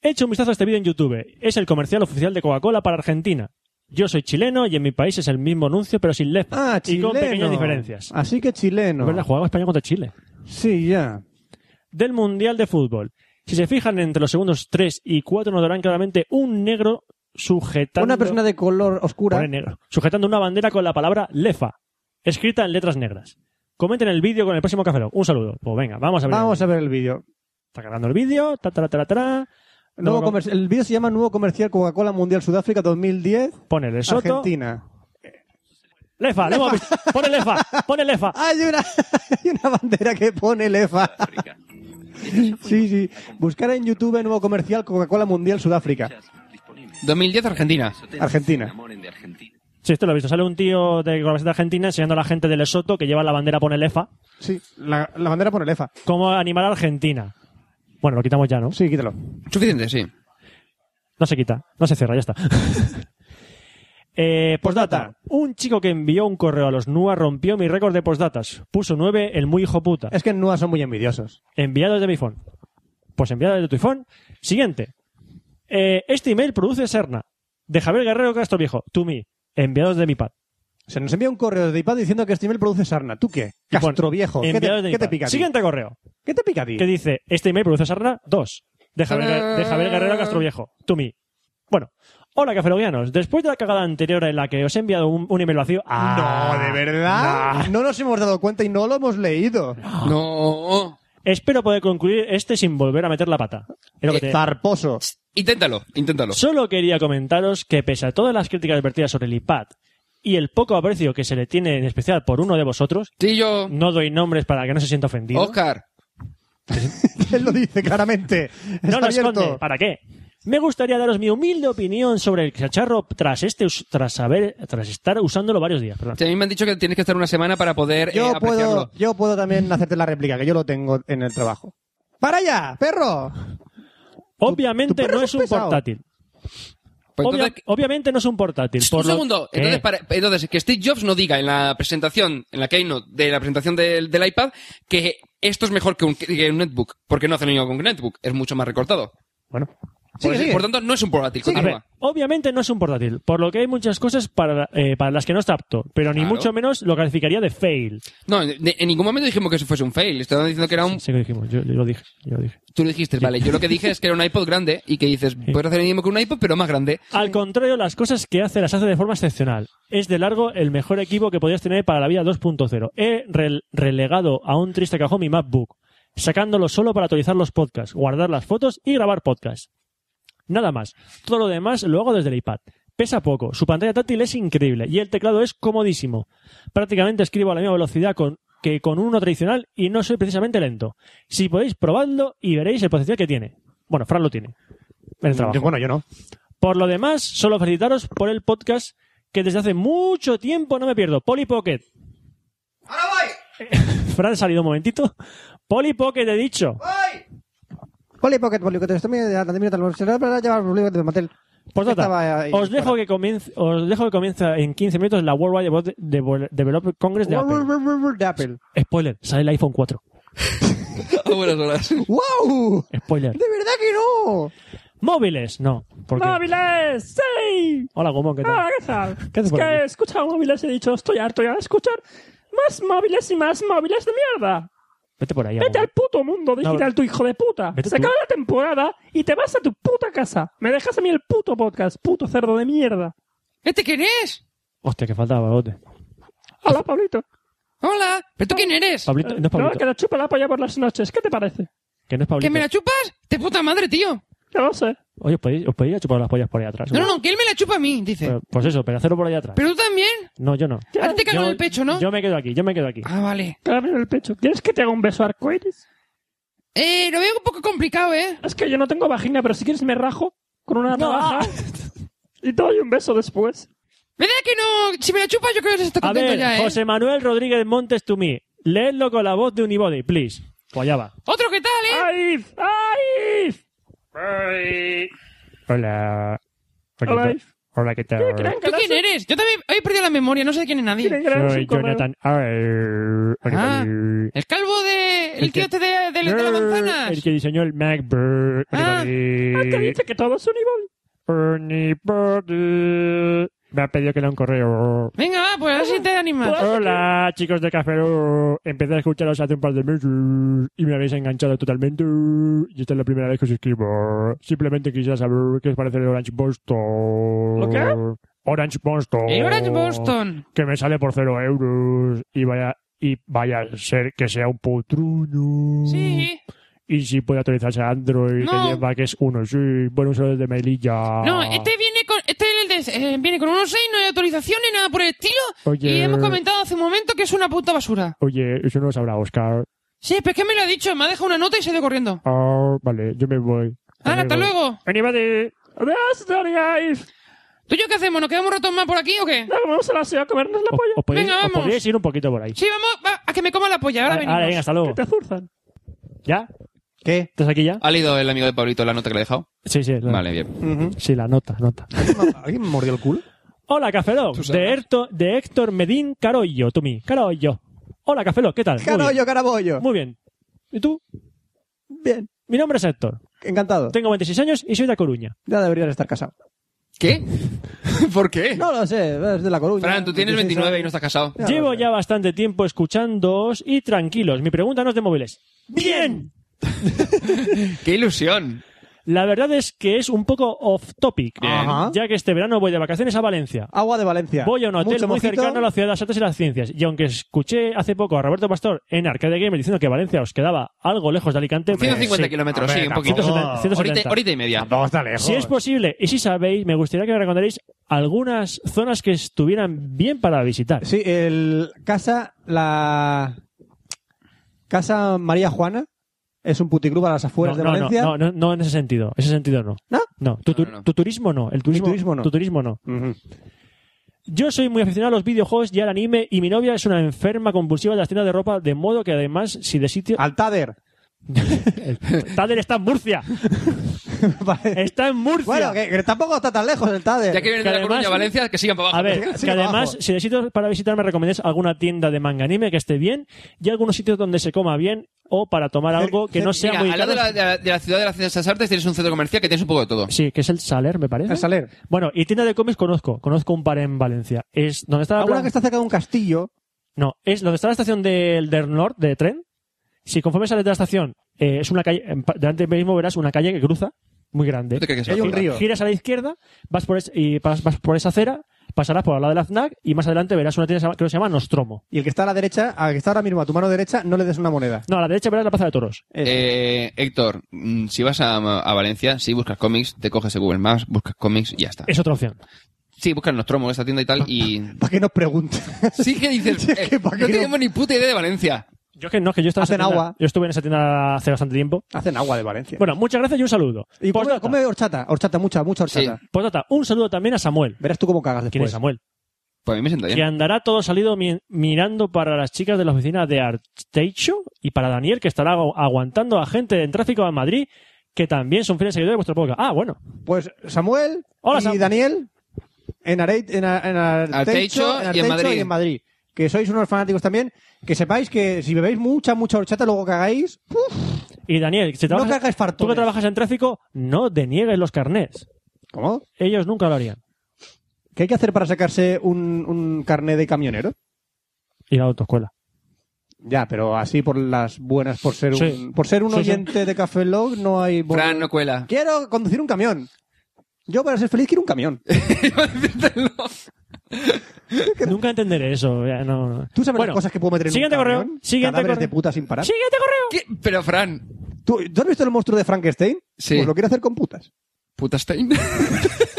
B: He hecho un vistazo a este vídeo en YouTube. Es el comercial oficial de Coca-Cola para Argentina. Yo soy chileno y en mi país es el mismo anuncio, pero sin lefa.
C: Ah,
B: y
C: chileno. Ah,
B: con pequeñas diferencias.
C: Así que chileno.
B: Es verdad, jugaba España contra Chile.
C: Sí, ya.
B: Del Mundial de Fútbol. Si se fijan entre los segundos 3 y 4 notarán claramente un negro sujetando...
C: Una persona de color oscura.
B: Pone negro. Sujetando una bandera con la palabra lefa, escrita en letras negras. Comenten el vídeo con el próximo café. Lock. Un saludo. Pues venga, vamos a ver.
C: Vamos a ver el vídeo.
B: Está cargando el vídeo. Ta, ta, ta, ta, ta.
C: Nuevo
B: Nuevo com-
C: comer- el vídeo se llama Nuevo Comercial Coca-Cola Mundial Sudáfrica 2010,
B: Ponele Soto.
C: Argentina.
B: Lefa, le hemos visto. Pone Lefa, pone Lefa.
C: Hay una, <laughs> hay una bandera que pone Lefa. <laughs> Sí, sí. Buscar en YouTube Nuevo Comercial Coca-Cola Mundial Sudáfrica,
D: 2010 Argentina.
C: Argentina.
B: Sí, esto lo he visto. Sale un tío de con la camiseta argentina enseñando a la gente de Lesoto que lleva la bandera pone Lefa.
C: Sí, la, la bandera pone Lefa.
B: ¿Cómo animar a Argentina? Bueno, lo quitamos ya, ¿no?
C: Sí, quítalo.
D: Suficiente, sí.
B: No se quita, no se cierra, ya está. <laughs> Eh, postdata. Un chico que envió un correo a los NUA rompió mi récord de postdatas. Puso 9 el muy hijo puta.
C: Es que en NUA son muy envidiosos.
B: Enviado desde mi phone. Pues enviado desde tu iPhone. Siguiente. Eh, este email produce Serna. De Javier Guerrero Castro Viejo. To me. Enviado desde mi pad.
C: Se nos envía un correo de iPad diciendo que este email produce sarna. ¿Tú qué?
B: Y pon,
C: Castro viejo. ¿Qué
B: enviado
C: te,
B: desde
C: qué
B: mi
C: te
B: pad.
C: pica a ti?
B: Siguiente correo.
C: ¿Qué te pica a ti?
B: que dice, este email produce Sarna 2, de Javier, Guer- de Javier Guerrero Castroviejo, to me. Bueno, hola cafeloguianos, después de la cagada anterior en la que os he enviado un, un email vacío... Ah,
C: no, de verdad. No nos hemos dado cuenta y no lo hemos leído.
D: No.
B: Espero poder concluir este sin volver a meter la pata. Es lo que te-
C: <laughs> Zarposo.
D: Inténtalo, inténtalo.
B: Solo quería comentaros que pese a todas las críticas vertidas sobre el iPad y el poco aprecio que se le tiene en especial por uno de vosotros,
D: Tillo,
B: no doy nombres para que no se sienta ofendido.
D: Oscar.
C: Él lo dice claramente. Está
B: <laughs> No lo
C: abierto.
B: esconde. ¿Para qué? Me gustaría daros mi humilde opinión sobre el cacharro tras este us- tras haber tras estar usándolo varios días. Perdón.
D: Sí, A mí me han dicho que tienes que estar una semana para poder eh,
C: Yo
D: apreciarlo.
C: puedo, yo puedo también hacerte la réplica, que yo lo tengo en el trabajo. ¡Para allá, perro!
B: Obviamente
C: tu perro
B: no
C: es
B: es
C: un
B: un
C: pesado.
B: portátil.
D: Pues
B: Obvia-
D: entonces-
B: obviamente no es un portátil. por
D: un
B: lo-
D: segundo.
B: ¿Qué?
D: Entonces, para- entonces, que Steve Jobs no diga en la presentación, en la keynote de la presentación del, del iPad, que esto es mejor que un, que un netbook, porque no hace lo mismo con un netbook, es mucho más recortado.
B: Bueno.
D: Por,
C: Sigue, sigue.
D: por tanto, no es un portátil.
C: Sigue.
B: A ver,
D: Continúa.
B: obviamente no es un portátil, por lo que hay muchas cosas para, eh, para las que no está apto, pero ni
D: Claro.
B: mucho menos lo calificaría de fail.
D: No, de- en ningún momento dijimos que eso fuese un fail. Estaban diciendo que era un.
B: Sí que dijimos, yo, yo lo dije, yo lo dije.
D: Tú lo dijiste, vale. Yo lo que dije es que era un iPod grande y que dices, puedes hacer lo mismo que un iPod, pero más grande.
B: Al contrario, las cosas que hace las hace de forma excepcional. Es de largo el mejor equipo que podías tener para la vida 2.0. He rel- relegado a un triste cajón mi MacBook, sacándolo solo para actualizar los podcasts, guardar las fotos y grabar podcasts. Nada más. Todo lo demás lo hago desde el iPad. Pesa poco, su pantalla táctil es increíble y el teclado es comodísimo. Prácticamente escribo a la misma velocidad con- que con uno tradicional y no soy precisamente lento. Si podéis, probadlo y veréis el potencial que tiene. Bueno, Fran lo tiene. En el trabajo.
C: Yo- bueno, yo no.
B: Por lo demás, solo felicitaros por el podcast que desde hace mucho tiempo no me pierdo. Polly Pocket. ¡Ahora voy! <laughs> Fran, salido un momentito. Polly Pocket, he dicho.
C: Poli Pocket, Poli Pocket, esto me da tantos minutos. Se lo voy a llevar un libro de motel.
B: Por
C: Estaba
B: tanto,
C: ahí,
B: os dejo, que comience, os dejo que comienza en 15 minutos la Worldwide Devo- Devo- Developer Congress de Apple.
C: De Apple.
B: Spoiler, sale el iPhone 4.
D: A buenas horas.
C: ¡Wow!
B: Spoiler.
C: ¡De verdad que no!
B: ¡Móviles! No. ¿por qué?
E: ¡Móviles! ¡Sí!
B: Hola, Gomón, ¿qué
E: Ah,
B: tal?
E: ¿qué tal?
B: ¿Qué haces
E: es
B: por
E: que
B: aquí?
E: he escuchado móviles y he dicho, estoy harto ya de escuchar más móviles y más móviles de mierda.
B: Vete por ahí.
E: Vete
B: Gomón.
E: al puto mundo digital,
B: No,
E: tu hijo de puta.
B: vete
E: Se
B: tú.
E: acaba la temporada y te vas a tu puta casa. Me dejas a mí el puto podcast, puto cerdo de mierda.
D: ¿Este quién es?
B: Hostia, que faltaba, bote.
E: Hola, Pablito. Eh,
D: Hola. ¿Pero tú quién eres?
B: Pablito, no es Pablito.
E: que te chupa la polla por las noches. ¿Qué te parece?
B: Que no es
D: ¿Que
B: Pablito.
D: me la chupas? ¡Te puta madre, tío!
E: Ya lo sé.
B: Oye, ¿os podéis, os podéis ir a chupar las pollas por ahí atrás.
D: No, no, no, que él me la chupa a mí, dice.
B: Pero- pues eso, pero hacerlo por ahí atrás.
D: Pero tú también.
B: No, yo no.
D: A ti te cago en el pecho, ¿no?
B: Yo me quedo aquí, yo me quedo aquí.
D: Ah, vale.
E: Cálame en el pecho. ¿Quieres que te haga un beso arcoíris?
D: Eh, lo veo un poco complicado, ¿eh?
E: Es que yo no tengo vagina, pero si quieres me rajo con una
B: No.
E: navaja
B: <laughs>
E: y te doy un beso después.
D: ¿Verdad que no? Si me la chupas, yo creo que se está
B: A
D: contento
B: ver,
D: ya, ¿eh?
B: José Manuel Rodríguez Montes to me. Leedlo con la voz de Unibody, please. Pues allá va.
D: Otro que tal,
B: Ah,
D: ¿eh?
E: ¡Aif! ¡Aif!
B: Hola.
E: Hola, Alf.
B: Hola, ¿qué tal?
E: ¿Quieren
D: ¿Tú
E: ganarse?
D: quién eres? Yo también he perdido la memoria, no sé de quién es nadie.
E: ¿Quieren ganarse un correo?
D: Ah, el calvo de... El tío este de, de, de las manzanas.
B: El que diseñó el Mac.
D: Ah,
E: Ah, que dice que todo es un igual.
B: Unibody. Me ha pedido que lea un correo.
D: Venga, va, pues así te animas.
B: Hola, chicos de Cafero. Empecé a escucharos hace un par de meses y me habéis enganchado totalmente. Y esta es la primera vez que os escribo. Simplemente quisiera saber qué os parece el Orange Boston.
E: ¿Lo qué?
B: Orange Boston.
D: El Orange Boston.
B: Que me sale por cero euros y vaya, y vaya a ser que sea un potruño.
D: Sí.
B: Y si puede actualizarse a Android,
D: No.
B: que lleva que es uno, sí, bueno, usuario de Melilla.
F: No, este viene con este es el de- eh, viene con unos 6, no hay autorización ni nada por el estilo.
B: Oye.
F: Y hemos comentado hace un momento que es una puta basura.
B: Oye, eso no lo sabrá Oscar.
F: Sí, pero es que me lo ha dicho, me ha dejado una nota y se ha ido corriendo.
B: Ah, vale, yo me voy.
F: Ahora, hasta luego.
E: Anybody. Adiós, Tony Guys.
F: ¿Tú y yo qué hacemos? ¿Nos quedamos un rato más por aquí o qué?
E: No, Vamos a la ciudad a comernos la
B: Os,
E: polla.
B: os podéis,
F: Venga,
B: os
F: vamos.
B: podríais ir un poquito por ahí.
F: Sí, vamos va, a que me coma la polla. Ahora
B: Ah,
F: venimos.
B: venga, hasta luego.
E: Te zurzan.
B: ¿Ya?
C: ¿Qué?
B: ¿Estás aquí ya?
D: ¿Ha leído el amigo de Pablito la nota que le he dejado?
B: Sí, sí. la-
D: Vale, bien.
C: Ujú.
B: Sí, la nota, nota.
C: ¿Alguien me mordió el culo?
B: Hola, Cafeló.
D: Tú
B: De,
D: sabrás.
B: Erto- de Héctor Medín Carollo, tú mí. Carollo. Hola, Cafeló, ¿qué tal? Muy bien.
C: Carollo, carabollo.
B: Muy bien. ¿Y tú?
C: Bien,
B: Mi nombre es Héctor.
C: encantado.
B: Tengo 26 años y soy de Coruña.
C: Ya deberías estar casado.
D: ¿Qué? <laughs> ¿Por qué?
C: No pues lo sé, es de la Coruña.
D: Fran, tú tienes
C: 26
D: 29 y no
C: años.
D: estás casado.
C: Ya
B: Llevo
C: lo sé.
B: ya bastante tiempo escuchándoos y tranquilos. Mi pregunta no es de móviles. ¡Bien!
D: ¡Qué ilusión!
B: La verdad es que es un poco off topic,
D: Bien.
C: Ajá.
B: ya que este verano voy de vacaciones a Valencia.
C: Agua de Valencia.
B: Voy a un hotel
C: Mucho
B: muy
C: mojito.
B: cercano a la ciudad de las artes y las ciencias. Y aunque escuché hace poco a Roberto Pastor en Arcade Gamer diciendo que Valencia os quedaba algo lejos de Alicante, pues,
D: 150
B: sí.
D: kilómetros, sí, un
C: tampoco.
D: poquito.
B: 170, 170.
D: Horita, horita y media.
C: Tampoco está lejos.
B: Si es posible y si sabéis, me gustaría que me recomendaréis algunas zonas que estuvieran bien para visitar.
C: Sí, el casa, la casa María Juana es un puticlub a las afueras
B: no,
C: de
B: no,
C: Valencia.
B: no, no, no en ese sentido. Ese sentido no.
C: ¿No?
B: No, tu, tu-
D: no, no.
B: tu turismo no. El turismo,
C: turismo no.
B: Tu turismo no.
C: Ujú.
B: Yo soy muy aficionado a los videojuegos y al anime y mi novia es una enferma compulsiva de las tiendas de ropa, de modo que además, si de sitio... <laughs>
C: Altader. Ah.
B: Tader está en Murcia.
C: Vale.
B: Está en Murcia.
C: bueno, que, que tampoco está tan lejos el Tader.
D: Ya que vienen
B: Que
D: de la
B: además-
D: Coruña a Valencia, que sigan para abajo.
B: A ver,
C: <laughs> Sigue-
B: que
C: sigue
B: además,
C: abajo.
B: si de sitios para visitar me recomendéis alguna tienda de manga anime que esté bien y algunos sitios donde se coma bien o para tomar
C: Cer-
B: algo que no sea
D: Mira,
B: muy
D: al lado de
B: caro.
D: la, de la- de la ciudad de las Ciencias Artes tienes un centro comercial que tienes un poco de todo.
B: Sí, que es el Saler, me parece.
C: El Saler.
B: Bueno, y tienda de cómics conozco. Conozco un par en Valencia. Es donde está la,
C: Alguna
B: pla-
C: que está cerca de un castillo.
B: No, es donde está la estación del, del Nord, de tren. Si conforme sales de la estación, eh, es una calle, en pa- delante mismo verás una calle que cruza, muy grande.
D: ¿Tú te crees que es
C: Hay un
D: una
C: río.
B: Giras a la izquierda, vas por, es- y pas- vas por esa acera, pasarás por al lado de la FNAC y más adelante verás una tienda que se llama- creo que se llama Nostromo.
C: Y el que está a la derecha, al que está ahora mismo a tu mano derecha, no le des una moneda.
B: No, a la derecha verás la Plaza de Toros.
D: Eh, Héctor, mm, si vas a, a Valencia, si buscas cómics, te coges el Google Maps, buscas cómics y ya está.
B: Es otra opción.
D: Sí, buscas Nostromo, esta tienda y tal,
C: <laughs>
D: y...
C: ¿Para qué nos pregunta?
D: Sí que dices,
C: Sí, es que
D: eh,
C: pa' qué
D: no
C: no-
D: tenemos ni puta idea de Valencia.
B: Yo que no, que yo estaba en
C: Hacen
B: esa tienda-
C: agua.
B: Yo estuve en esa tienda hace bastante tiempo.
C: <laughs> Hacen agua de Valencia.
B: Bueno, muchas gracias y un saludo.
C: y come,
B: Postdata.
C: come horchata, horchata, mucha, mucha horchata.
D: Sí.
B: Postdata, un saludo también a Samuel.
C: Verás tú cómo cagas
B: ¿Quién es
C: después.
B: Samuel?
D: Pues a mí me sienta
B: Que
D: bien.
B: andará todo salido mi- mirando para las chicas de la oficina de Arteicho y para Daniel, que estará agu- aguantando a gente en tráfico a Madrid, que también son fieles seguidores de vuestro podcast. Ah, bueno.
C: Pues Samuel
B: Hola,
C: y
B: Sam.
C: Daniel en, Areit- en, Ar- en Arteixo,
D: Arteixo y en
C: Arteixo
D: Madrid.
C: Que sois unos fanáticos también. Que sepáis que si bebéis mucha, mucha horchata, luego cagáis.
B: Y Daniel, si trabajas-
C: cagas
B: tú que
C: fartones.
B: trabajas en tráfico, no deniegues los carnets.
C: ¿Cómo?
B: Ellos nunca lo harían.
C: ¿Qué hay que hacer para sacarse un, un carné de camionero?
B: Ir a la autoescuela.
C: Ya, pero así por las buenas, por ser
B: Sí.
C: un, por ser un
B: Sí, sí.
C: oyente de Café Log, no hay... bueno-
D: Fran, no cuela.
C: Quiero conducir un camión. Yo para ser feliz quiero un camión.
B: nunca entenderé eso. ya no-
C: ¿Tú sabes
B: Bueno,
C: las cosas que puedo meter en
B: siguiente
C: un
B: correo,
C: camión?
B: siguiente
C: Cadáveres
B: correo.
C: de puta sin parar.
B: Siguiente correo.
D: ¿Qué? Pero Fran,
C: ¿Tú, tú has visto el monstruo de Frankenstein?
D: Sí.
C: Pues lo quiero hacer con putas.
D: Putastein.
B: <laughs>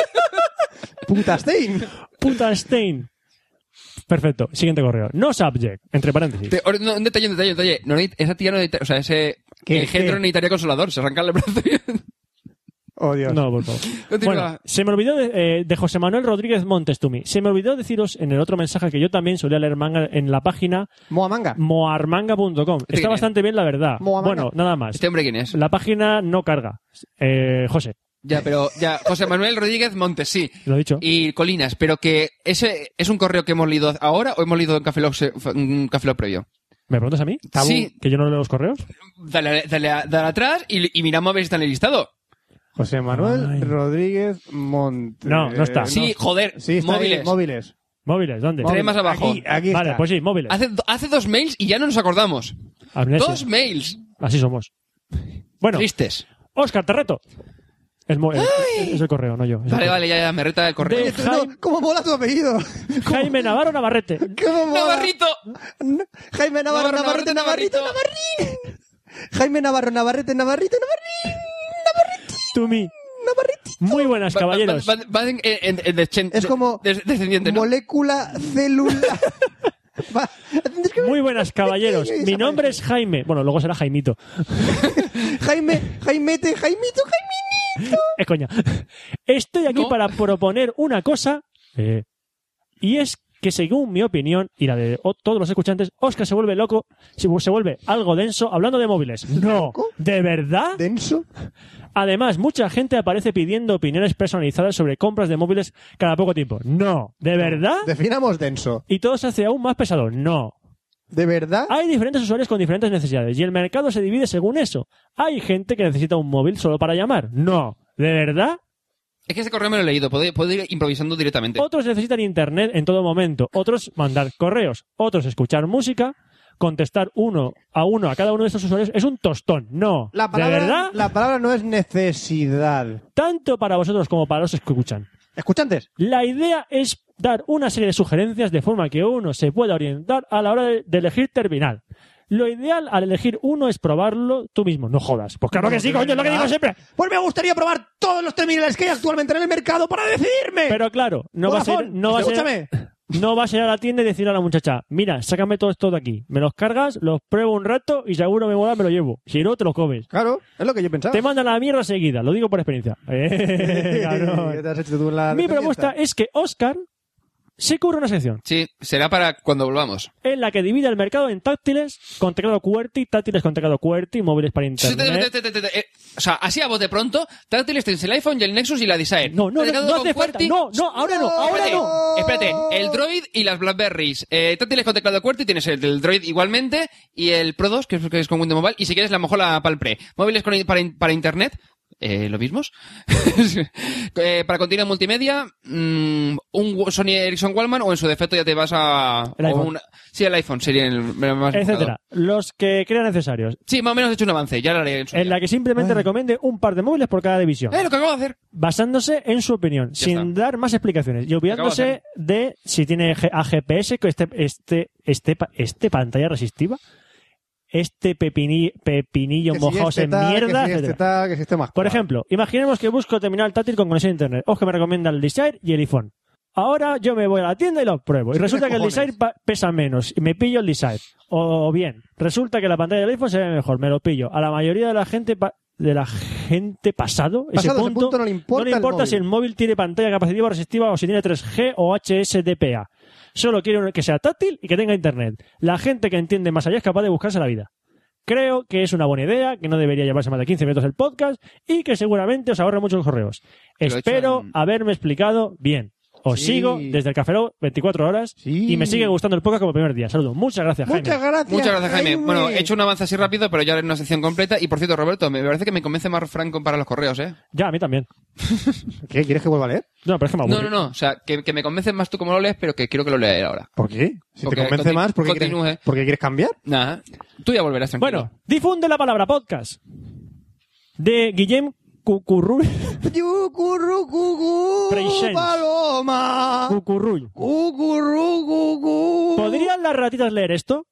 C: ¡Putastein!
B: Puta Stein. Perfecto. Siguiente correo. No subject, entre paréntesis.
D: Te- or- no, un detalle, un detalle, un detalle. No necesita- esa tía no necesita- o sea, ese
C: ¿Qué?
D: engendro
C: ¿Qué?
D: no necesitaría consolador, se arranca el brazo <laughs> y-
C: Oh, Dios.
B: No, por favor.
D: Continúa.
B: Bueno, se me olvidó de, eh, de José Manuel Rodríguez Montes Tumi. Se me olvidó deciros en el otro mensaje que yo también solía leer manga en la página
C: Moamanga.
B: moarmanga.com.
D: bien,
B: Está
D: ¿eh?
B: bastante bien, la verdad.
C: Moamanga.
B: Bueno, nada más.
D: Este hombre quién es.
B: La página no carga. Eh, José,
D: Ya, pero ya, José Manuel Rodríguez Montes, sí.
B: lo he dicho.
D: Y Colinas, pero que ese es un correo que hemos leído ahora o hemos leído en Café Lock se- f- un Café Lock previo.
B: ¿Me preguntas a mí?
D: Tabú. Sí.
B: ¿Que yo no leo los correos?
D: Dale, a- dale, a- dale atrás y, y miramos a ver si está en el listado.
C: José Manuel
B: Ay.
C: Rodríguez Montes.
B: No, no está.
D: Sí, joder,
C: Sí, está
D: móviles.
C: bien, móviles.
B: ¿Móviles? ¿Dónde?
D: Tres más abajo.
C: Aquí, aquí
B: Vale,
C: está.
B: pues sí, móviles.
D: Hace, do- hace dos mails y ya no nos acordamos.
B: Amnesia.
D: Dos mails.
B: Así somos. Bueno,
D: Tristes.
B: Oscar, te reto. Es, mo- es el correo, no yo. Es el
D: Vale,
B: correo.
D: vale, ya, ya me reta el correo.
B: De-
C: Tú no, ¿Cómo mola tu apellido? <laughs>
B: Jaime Navarro Navarrete.
C: ¿Cómo mola?
D: ¡Navarrito!
C: N- Jaime Navarro, Navarrete, Navarrito, Navarrín. Jaime Navarro, Navarrete, Navarrito, Navarrín, Navarrete,
B: To me.
C: Navarrete.
B: Muy buenas, caballeros.
D: Va- va- va- va en, en- en descen-
C: Es como
D: des- descendiente, ¿no?
C: molécula
B: <laughs>
C: celular. Va, tendrías que ver-
B: Muy <laughs> buenas, caballeros.
C: Sí, sí,
B: Mi
C: sí,
B: nombre
C: sí.
B: es Jaime. Bueno, luego será Jaimito.
C: Jaime, Jaimete, Jaimito,
B: Es coña. Eh, <laughs> Estoy aquí
D: No.
B: para proponer una cosa. eh, y es que, según mi opinión y la de o- todos los escuchantes, Oscar se vuelve loco, se, vu- se vuelve algo denso hablando de móviles. No.
C: ¿Loco?
B: ¿De verdad?
C: Jaime. Denso.
B: Además, mucha gente aparece pidiendo opiniones personalizadas sobre compras de móviles cada poco tiempo. No. ¿De verdad?
C: Definamos denso.
B: Y todo se hace aún más pesado. No.
C: ¿De verdad?
B: Hay diferentes usuarios con diferentes necesidades y el mercado se divide según eso. Hay gente que necesita un móvil solo para llamar. No. ¿De verdad?
D: Es que ese correo me lo he leído, puedo, puedo ir improvisando directamente.
B: Otros necesitan internet en todo momento, otros mandar correos, otros escuchar música, contestar uno a uno a cada uno de estos usuarios es un tostón. No.
C: La palabra,
B: ¿De verdad?
C: La palabra no es necesidad.
B: Tanto para vosotros como para los que escuchan.
C: Escuchantes,
B: La idea es dar una serie de sugerencias de forma que uno se pueda orientar a la hora de, de elegir terminal. Lo ideal al elegir uno es probarlo tú mismo. No jodas. Pues claro que sí, coño, es lo que digo siempre.
C: pues me gustaría probar todos los terminales que hay actualmente en el mercado para decidirme.
B: Pero claro, no va a ser,
C: Vodafone,
B: no va a ser,
C: escúchame.
B: no va a ser a la tienda y decir a la muchacha, mira, sácame todo esto de aquí. Me los cargas, los pruebo un rato y seguro me mola, me lo llevo. Si no, te lo comes.
C: Claro, es lo que yo pensaba. <laughs>
D: Ah.
B: Te mandan a la mierda seguida, lo digo por
D: <laughs>
B: experiencia. Eh, cabrón.
C: ¿Qué te has hecho tú en la
B: Mi
C: dependienta?
B: propuesta es que Oscar se curra una sección.
D: Sí, será para cuando volvamos.
B: en la que divide el mercado en táctiles con teclado QWERTY, táctiles con teclado QWERTY, móviles para
D: Sí, te-
B: internet.
D: te- te- te- te- eh, o sea, así a bote pronto, táctiles tenéis el iPhone y el Nexus y la Desire.
B: No, no, no,
D: Mercado
B: no
D: con
B: hace falta.
D: QWERTY.
B: No, no, ahora no, ahora
D: espérate,
B: no.
D: Espérate, el Droid y las Blackberries. Eh, táctiles con teclado QWERTY tienes el, del Droid igualmente y el Pro 2, que es, que es con Windows Mobile, y si quieres la mejor la Palm Pre. Móviles con- para, in- para Internet. Eh, ¿Lo mismos? <laughs> Eh, para continuar multimedia, mm, un Wa- Sony Ericsson Wallman o en su defecto ya te vas a...
B: El
D: o
B: iPhone.
D: una- sí, el iPhone sería el más...
B: Etcétera. Los que crean necesarios.
D: Sí, más o menos he hecho un avance, ya lo haré en su
B: En
D: día.
B: la que simplemente recomiende un par de móviles por cada división.
D: Eh, lo que acabo de hacer.
B: Basándose en su opinión,
D: Ya
B: sin
D: está.
B: dar más explicaciones. Y
D: Acabo de
B: olvidándose
D: hacer.
B: de si tiene G- a GPS, que este, este, este, pa- este pantalla resistiva, este pepini- pepinillo
C: Que si
B: mojado
C: este
B: en
C: tal,
B: mierda,
C: que si este
B: etcétera.
C: tal, que si este más.
B: Por
C: cual.
B: ejemplo, imaginemos que busco terminal táctil con conexión a internet. Os que me recomienda el Desire y el iPhone. Ahora yo me voy a la tienda y lo pruebo. Y
C: Sí,
B: resulta que
C: tienes
B: el Desire pa- pesa menos y me pillo el Desire. O bien, resulta que la pantalla del iPhone se ve mejor, me lo pillo. A la mayoría de la gente pa- de la gente pasado, ese
C: Pasado ese
B: punto,
C: punto no le importa el móvil.
B: si el móvil tiene pantalla capacitiva o resistiva o si tiene 3G o HSDPA. Solo quiero uno que sea táctil y que tenga internet. La gente que entiende más allá es capaz de buscarse la vida. Creo que es una buena idea, que no debería llevarse más de 15 minutos el podcast y que seguramente os ahorra muchos correos.
D: Lo he hecho
B: Espero
D: en-
B: haberme explicado bien. Os
C: Sí.
B: sigo desde el Café Lock 24 horas
C: Sí.
B: y me sigue gustando el podcast como primer día. Saludos. Muchas gracias, Jaime.
C: Muchas gracias.
D: Muchas gracias, Jaime. Bueno, he hecho un avance así rápido, pero ya haré una sección completa. Y por cierto, Roberto, me parece que me convence más Franco para los correos, ¿eh?
B: Ya, a mí también.
C: ¿Qué? ¿Quieres que vuelva a leer?
B: No, pero es que me
D: No,
B: aburre.
D: no, no. O sea, que, que me convences más tú como lo lees, pero que quiero que lo lea él ahora.
C: ¿Por qué? Si
D: Porque
C: te convence
D: conti-
C: más, ¿por qué,
D: continúe.
C: quieres, por qué quieres cambiar?
D: Nada. Tú ya volverás tranquilo.
B: Bueno, difunde la palabra podcast de Guillem Cucurruy. Presents.
C: paloma.
B: Cucurruy.
C: Cucurrucucú.
B: ¿Podrían las ratitas leer esto?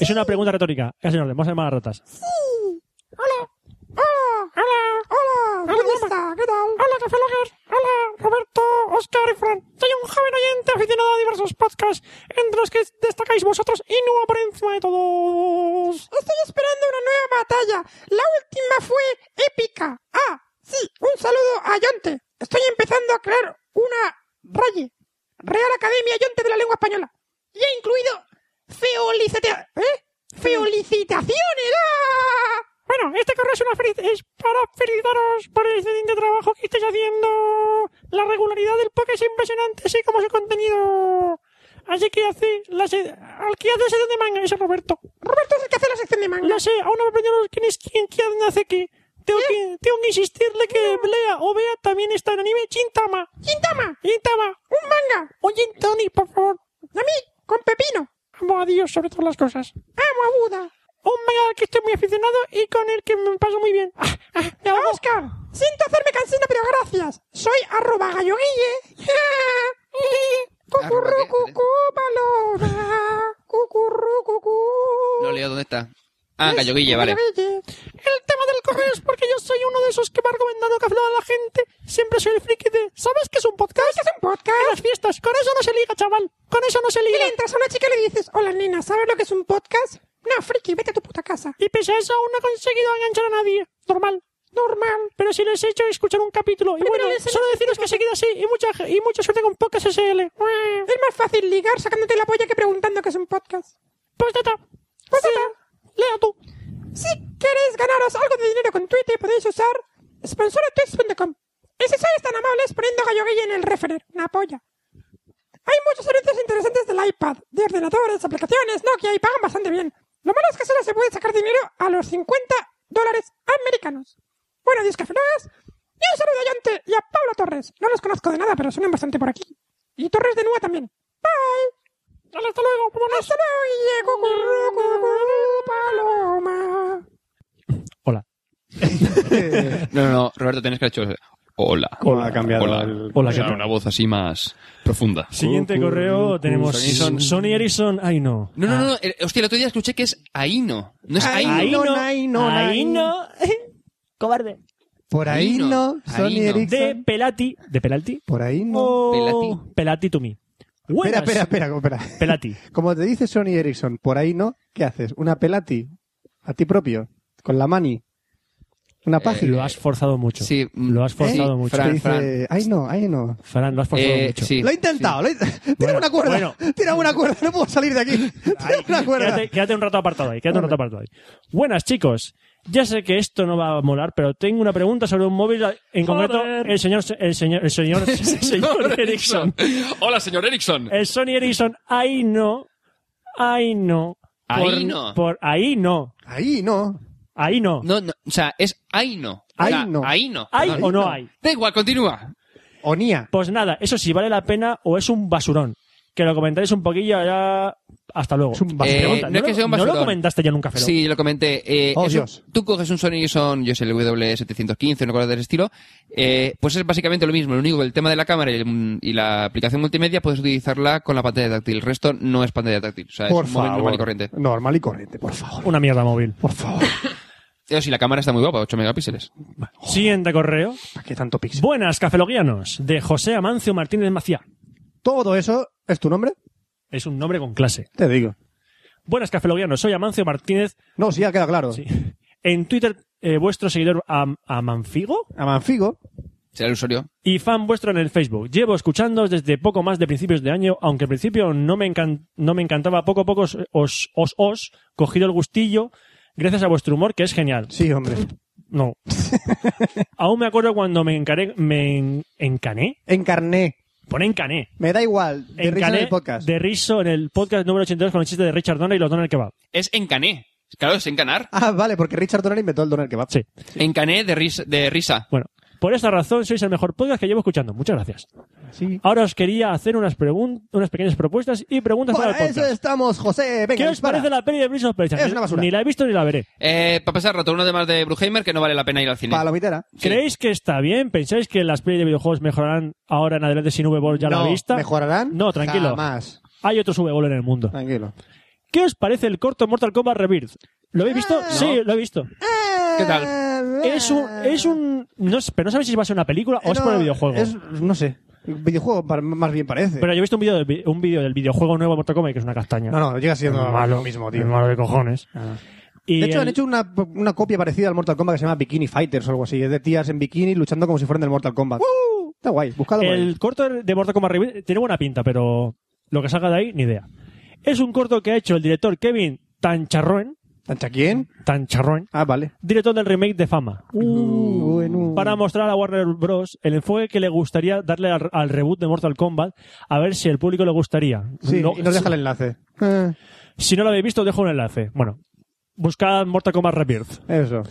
B: Es una pregunta retórica. Casi no, vamos a llamar a las ratas.
G: Hola, periodista, ¿qué tal? Hola, Café Locker. Hola, Roberto, Oscar y Fran. Soy un joven oyente aficionado a diversos podcasts, entre los que destacáis vosotros y no por encima de todos. Estoy esperando una nueva batalla. La última fue épica. Ah, sí, un saludo a Yonte. Estoy empezando a crear una raye. Real Academia Yonte de la Lengua Española. Y he incluido feolicita... ¿Eh? ¡Feolicitaciones! ¡Ah!
E: Bueno, este correo es, una felici- es para felicitaros por el excelente trabajo que estáis haciendo. La regularidad del Poké es impresionante, así como su contenido. Así que hace la se- al que hace la sección de manga, ese es Roberto.
G: Roberto es el que hace la sección de manga.
E: Lo sé, aún no me aprendido quién es quién, quién hace qué. Tengo que, tengo que insistirle que Lea o Bea también está en anime Chintama.
G: Gintama,
E: Chintama.
G: un manga.
E: Oye, Tony, por favor.
G: A mí, con Pepino.
E: Amo a Dios sobre todas las cosas.
G: Amo a Buda.
E: Un manga al que estoy muy aficionado y con el que me paso muy bien. Ah, ah,
G: A Oscar. Siento hacerme cansina, pero gracias. Soy arroba <laughs> galloguille.
D: Arroba
G: Cucurru,
D: Ah, qué,
G: cucú, paloma. Cucurru, cucú.
D: No leo dónde está. Ah, Gallo Guille, vale.
G: Galloguille.
E: cogeros porque yo soy uno de esos que me ha recomendado que hablaba la gente. Siempre soy el friki de, ¿sabes qué es un podcast? ¿Sabes qué es un podcast? En las fiestas. Con eso no se liga, chaval. Con eso no se
G: Y
E: liga.
G: le entras a una chica y le dices, hola nena, ¿sabes lo que es un podcast? No, friki, vete a tu puta casa.
E: Y pese a eso, aún no he conseguido enganchar a nadie. Normal. Normal. Pero sí les he hecho escuchar un capítulo. Y
G: Pero
E: bueno,
G: no les he
E: solo deciros que seguid así. Y mucha, y mucha suerte con Podcast SL.
G: Es más fácil ligar sacándote la polla que preguntando qué es un podcast.
E: Pues tata. Pues tata. Lea tú.
G: Si queréis ganaros algo de dinero con Twitter, podéis usar sponsoratweets.com. Y si sois tan amables, poniendo gallo gay en el referer, una polla. Hay muchos servicios interesantes del iPad, de ordenadores, aplicaciones, Nokia y pagan bastante bien. Lo malo es que solo se puede sacar dinero a los 50 dólares americanos. Bueno, Dios cafelagas. Y un saludo a Yante y a Pablo Torres. No los conozco de nada, pero suenan bastante por aquí. Y Torres de Nua también. Bye. Hasta luego, Hasta luego, Guille, cucurru, cucurru, paloma.
B: Hola.
D: No, no, no, Roberto, tienes que haber hecho. Hola.
C: Hola, ha cambiado
D: Hola.
C: el-
B: Hola,
D: Claro,
B: ¿qué tal?
D: una voz así más profunda.
B: Siguiente correo tenemos
D: Sony Ericsson.
B: Sony Ericsson. Ay, no.
D: No, no, no, no, eh, hostia, el otro día escuché que es Aino. No
B: Ah,
D: es Aino.
C: Aino.
B: ahí
C: Aino,
B: no, ahí no. Cobarde.
C: Por ahí
D: Ahí
C: no,
D: no, ahí
C: Sony
D: no.
B: De
C: Ericsson.
B: Pelati. ¿De Pelati?
C: Por ahí no.
B: O...
D: Pelati.
B: Pelati to me.
C: Espera,
B: Buenas.
C: espera, espera, espera.
B: Pelati.
C: <laughs> Como te dice Sony Ericsson, por ahí no, ¿qué haces? ¿Una pelati? ¿A ti propio? ¿Con la mani?
D: Eh,
C: ¿Una página? ¿Eh?
B: Lo has forzado mucho.
D: Sí, mm,
B: Lo has forzado
D: sí,
B: mucho.
C: Te
D: Fran,
C: dice, ay no, ay no.
B: Fran, lo has forzado
D: Eh,
B: mucho.
D: sí.
C: lo he intentado. lo he- <laughs> Tira una cuerda.
B: bueno.
C: Tira una cuerda. No puedo salir de aquí. Tira una cuerda.
B: Quédate, quédate un rato apartado ahí, quédate un rato apartado ahí. Buenas, chicos. Ya sé que esto no va a molar, pero tengo una pregunta sobre un móvil, en concreto el señor, el señor, el
D: <laughs>
B: señor, el señor Ericsson.
D: Hola, señor Erickson.
B: El Sony Ericsson, ahí no, ahí no. por-
D: Ahí no.
B: Por, ahí no,
C: Ahí no.
B: ahí no.
D: No, no, o sea, es Aino.
C: Aino.
D: Aino.
B: ¿Hay
D: perdón.
B: o no
C: no.
B: hay?
D: Da igual, continúa.
C: Onía.
B: Pues nada, eso sí vale la pena o es un basurón. Que lo comentáis un poquillo ya... Hasta luego.
C: Es un basurón.
B: Pregunta,
D: Eh, no es
B: lo-
D: que sea un
B: ¿No lo
D: basurón.
B: comentaste ya en un café? Lock?
D: Sí, lo comenté. Eh,
C: Oh,
D: es un-
C: Dios.
D: tú coges un Sony Ericsson, yo sé, el W715, una cosa del estilo. eh, pues es básicamente lo mismo. Lo único que el tema de la cámara y, el- y la aplicación multimedia puedes utilizarla con la pantalla táctil. El resto no es pantalla táctil. O sea,
C: Por
D: es un móvil
C: favor.
D: normal y corriente.
C: Normal y corriente, por favor.
B: Una mierda móvil. <laughs>
C: Por favor.
D: Eso Eh, sí, la cámara está muy guapa, 8 megapíxeles.
B: Siguiente correo.
C: ¿Para qué tanto pixel?
B: Buenas, cafeloguianos, de José Amancio Martínez Maciá.
C: ¿Todo eso es tu nombre?
B: Es un nombre con clase.
C: Te digo.
B: Buenas, cafeloguianos, soy Amancio Martínez.
C: No, sí, ya queda claro.
B: Sí. En Twitter, eh, vuestro seguidor Am- Amanfigo
C: A Manfigo.
D: Será el usuario.
B: y fan vuestro en el Facebook. Llevo escuchándoos desde poco más de principios de año, aunque al principio no me, encan- no me encantaba, poco a poco os, os, os, os cogido el gustillo gracias a vuestro humor, que es genial.
C: Sí, hombre.
B: No. Aún me acuerdo cuando me encaré, me en- encané.
C: Encarné.
B: Pone encané.
C: Me da igual. De risa en
B: Encané
C: el podcast.
B: De Riso en el podcast número 82 con el chiste de Richard Donner y los Donner Kebab.
D: Es Encané. Claro, es Encanar.
C: Ah, vale, porque Richard Donner inventó el Donner Kebab.
B: Sí.
D: Encané de, ris- de risa.
B: Bueno, por esta razón sois el mejor podcast que llevo escuchando. Muchas gracias.
C: Sí.
B: Ahora os quería hacer unas pregun- unas pequeñas propuestas y preguntas para,
C: Para
B: el
C: eso
B: podcast.
C: estamos, José. Venga,
B: ¿Qué os
C: dispara.
B: parece la peli de Prince of Persia?
C: Es una basura.
B: Ni la he visto ni la veré.
D: Eh, para pasar rato, uno de más de Bruheimer que no vale la pena ir al cine.
C: Palomitera.
D: Sí.
B: ¿Creéis que está bien? ¿Pensáis que las pelis de videojuegos mejorarán ahora en adelante sin V-Ball ya
C: no,
B: la vista?
C: ¿Mejorarán?
B: No, tranquilo.
C: Más.
B: Hay otros V-Ball en el mundo.
C: Tranquilo.
B: ¿Qué os parece el corto Mortal Kombat Rebirth? ¿Lo habéis visto?
C: Ah.
B: Sí, lo he visto.
D: ¿Qué tal?
B: Es un, es un, no sé, pero no sabéis si va a ser una película o es
C: Eh, No,
B: por el videojuego.
C: Es, no sé. Videojuego par- más bien parece.
B: Pero yo he visto un vídeo del, vi- un vídeo del videojuego nuevo de Mortal Kombat que es una castaña.
C: No, no, llega siendo
B: malo,
C: lo mismo, tío. Ah.
B: es malo de cojones. Y
C: De hecho, han
B: el-
C: hecho una, una copia parecida al Mortal Kombat que se llama Bikini Fighters o algo así. Es de tías en bikini luchando como si fueran del Mortal Kombat. Está guay, buscado por ahí.
B: el corto de Mortal Kombat Rebirth tiene buena pinta, pero lo que salga de ahí, ni idea. Es un corto que ha hecho el director Kevin Tancharroen,
C: ¿Tancha quién?
B: Tancharroen
C: Ah, vale.
B: director del remake de Fama,
C: Uh. Bueno.
B: Uh, para mostrar a Warner Bros. el enfoque que le gustaría darle al, al reboot de Mortal Kombat, a ver si al público le gustaría.
C: Sí,
B: No-
C: y nos deja el enlace. Eh,
B: Si no lo habéis visto, os dejo un enlace. Bueno, buscad Mortal Kombat Rebirth.
C: eso.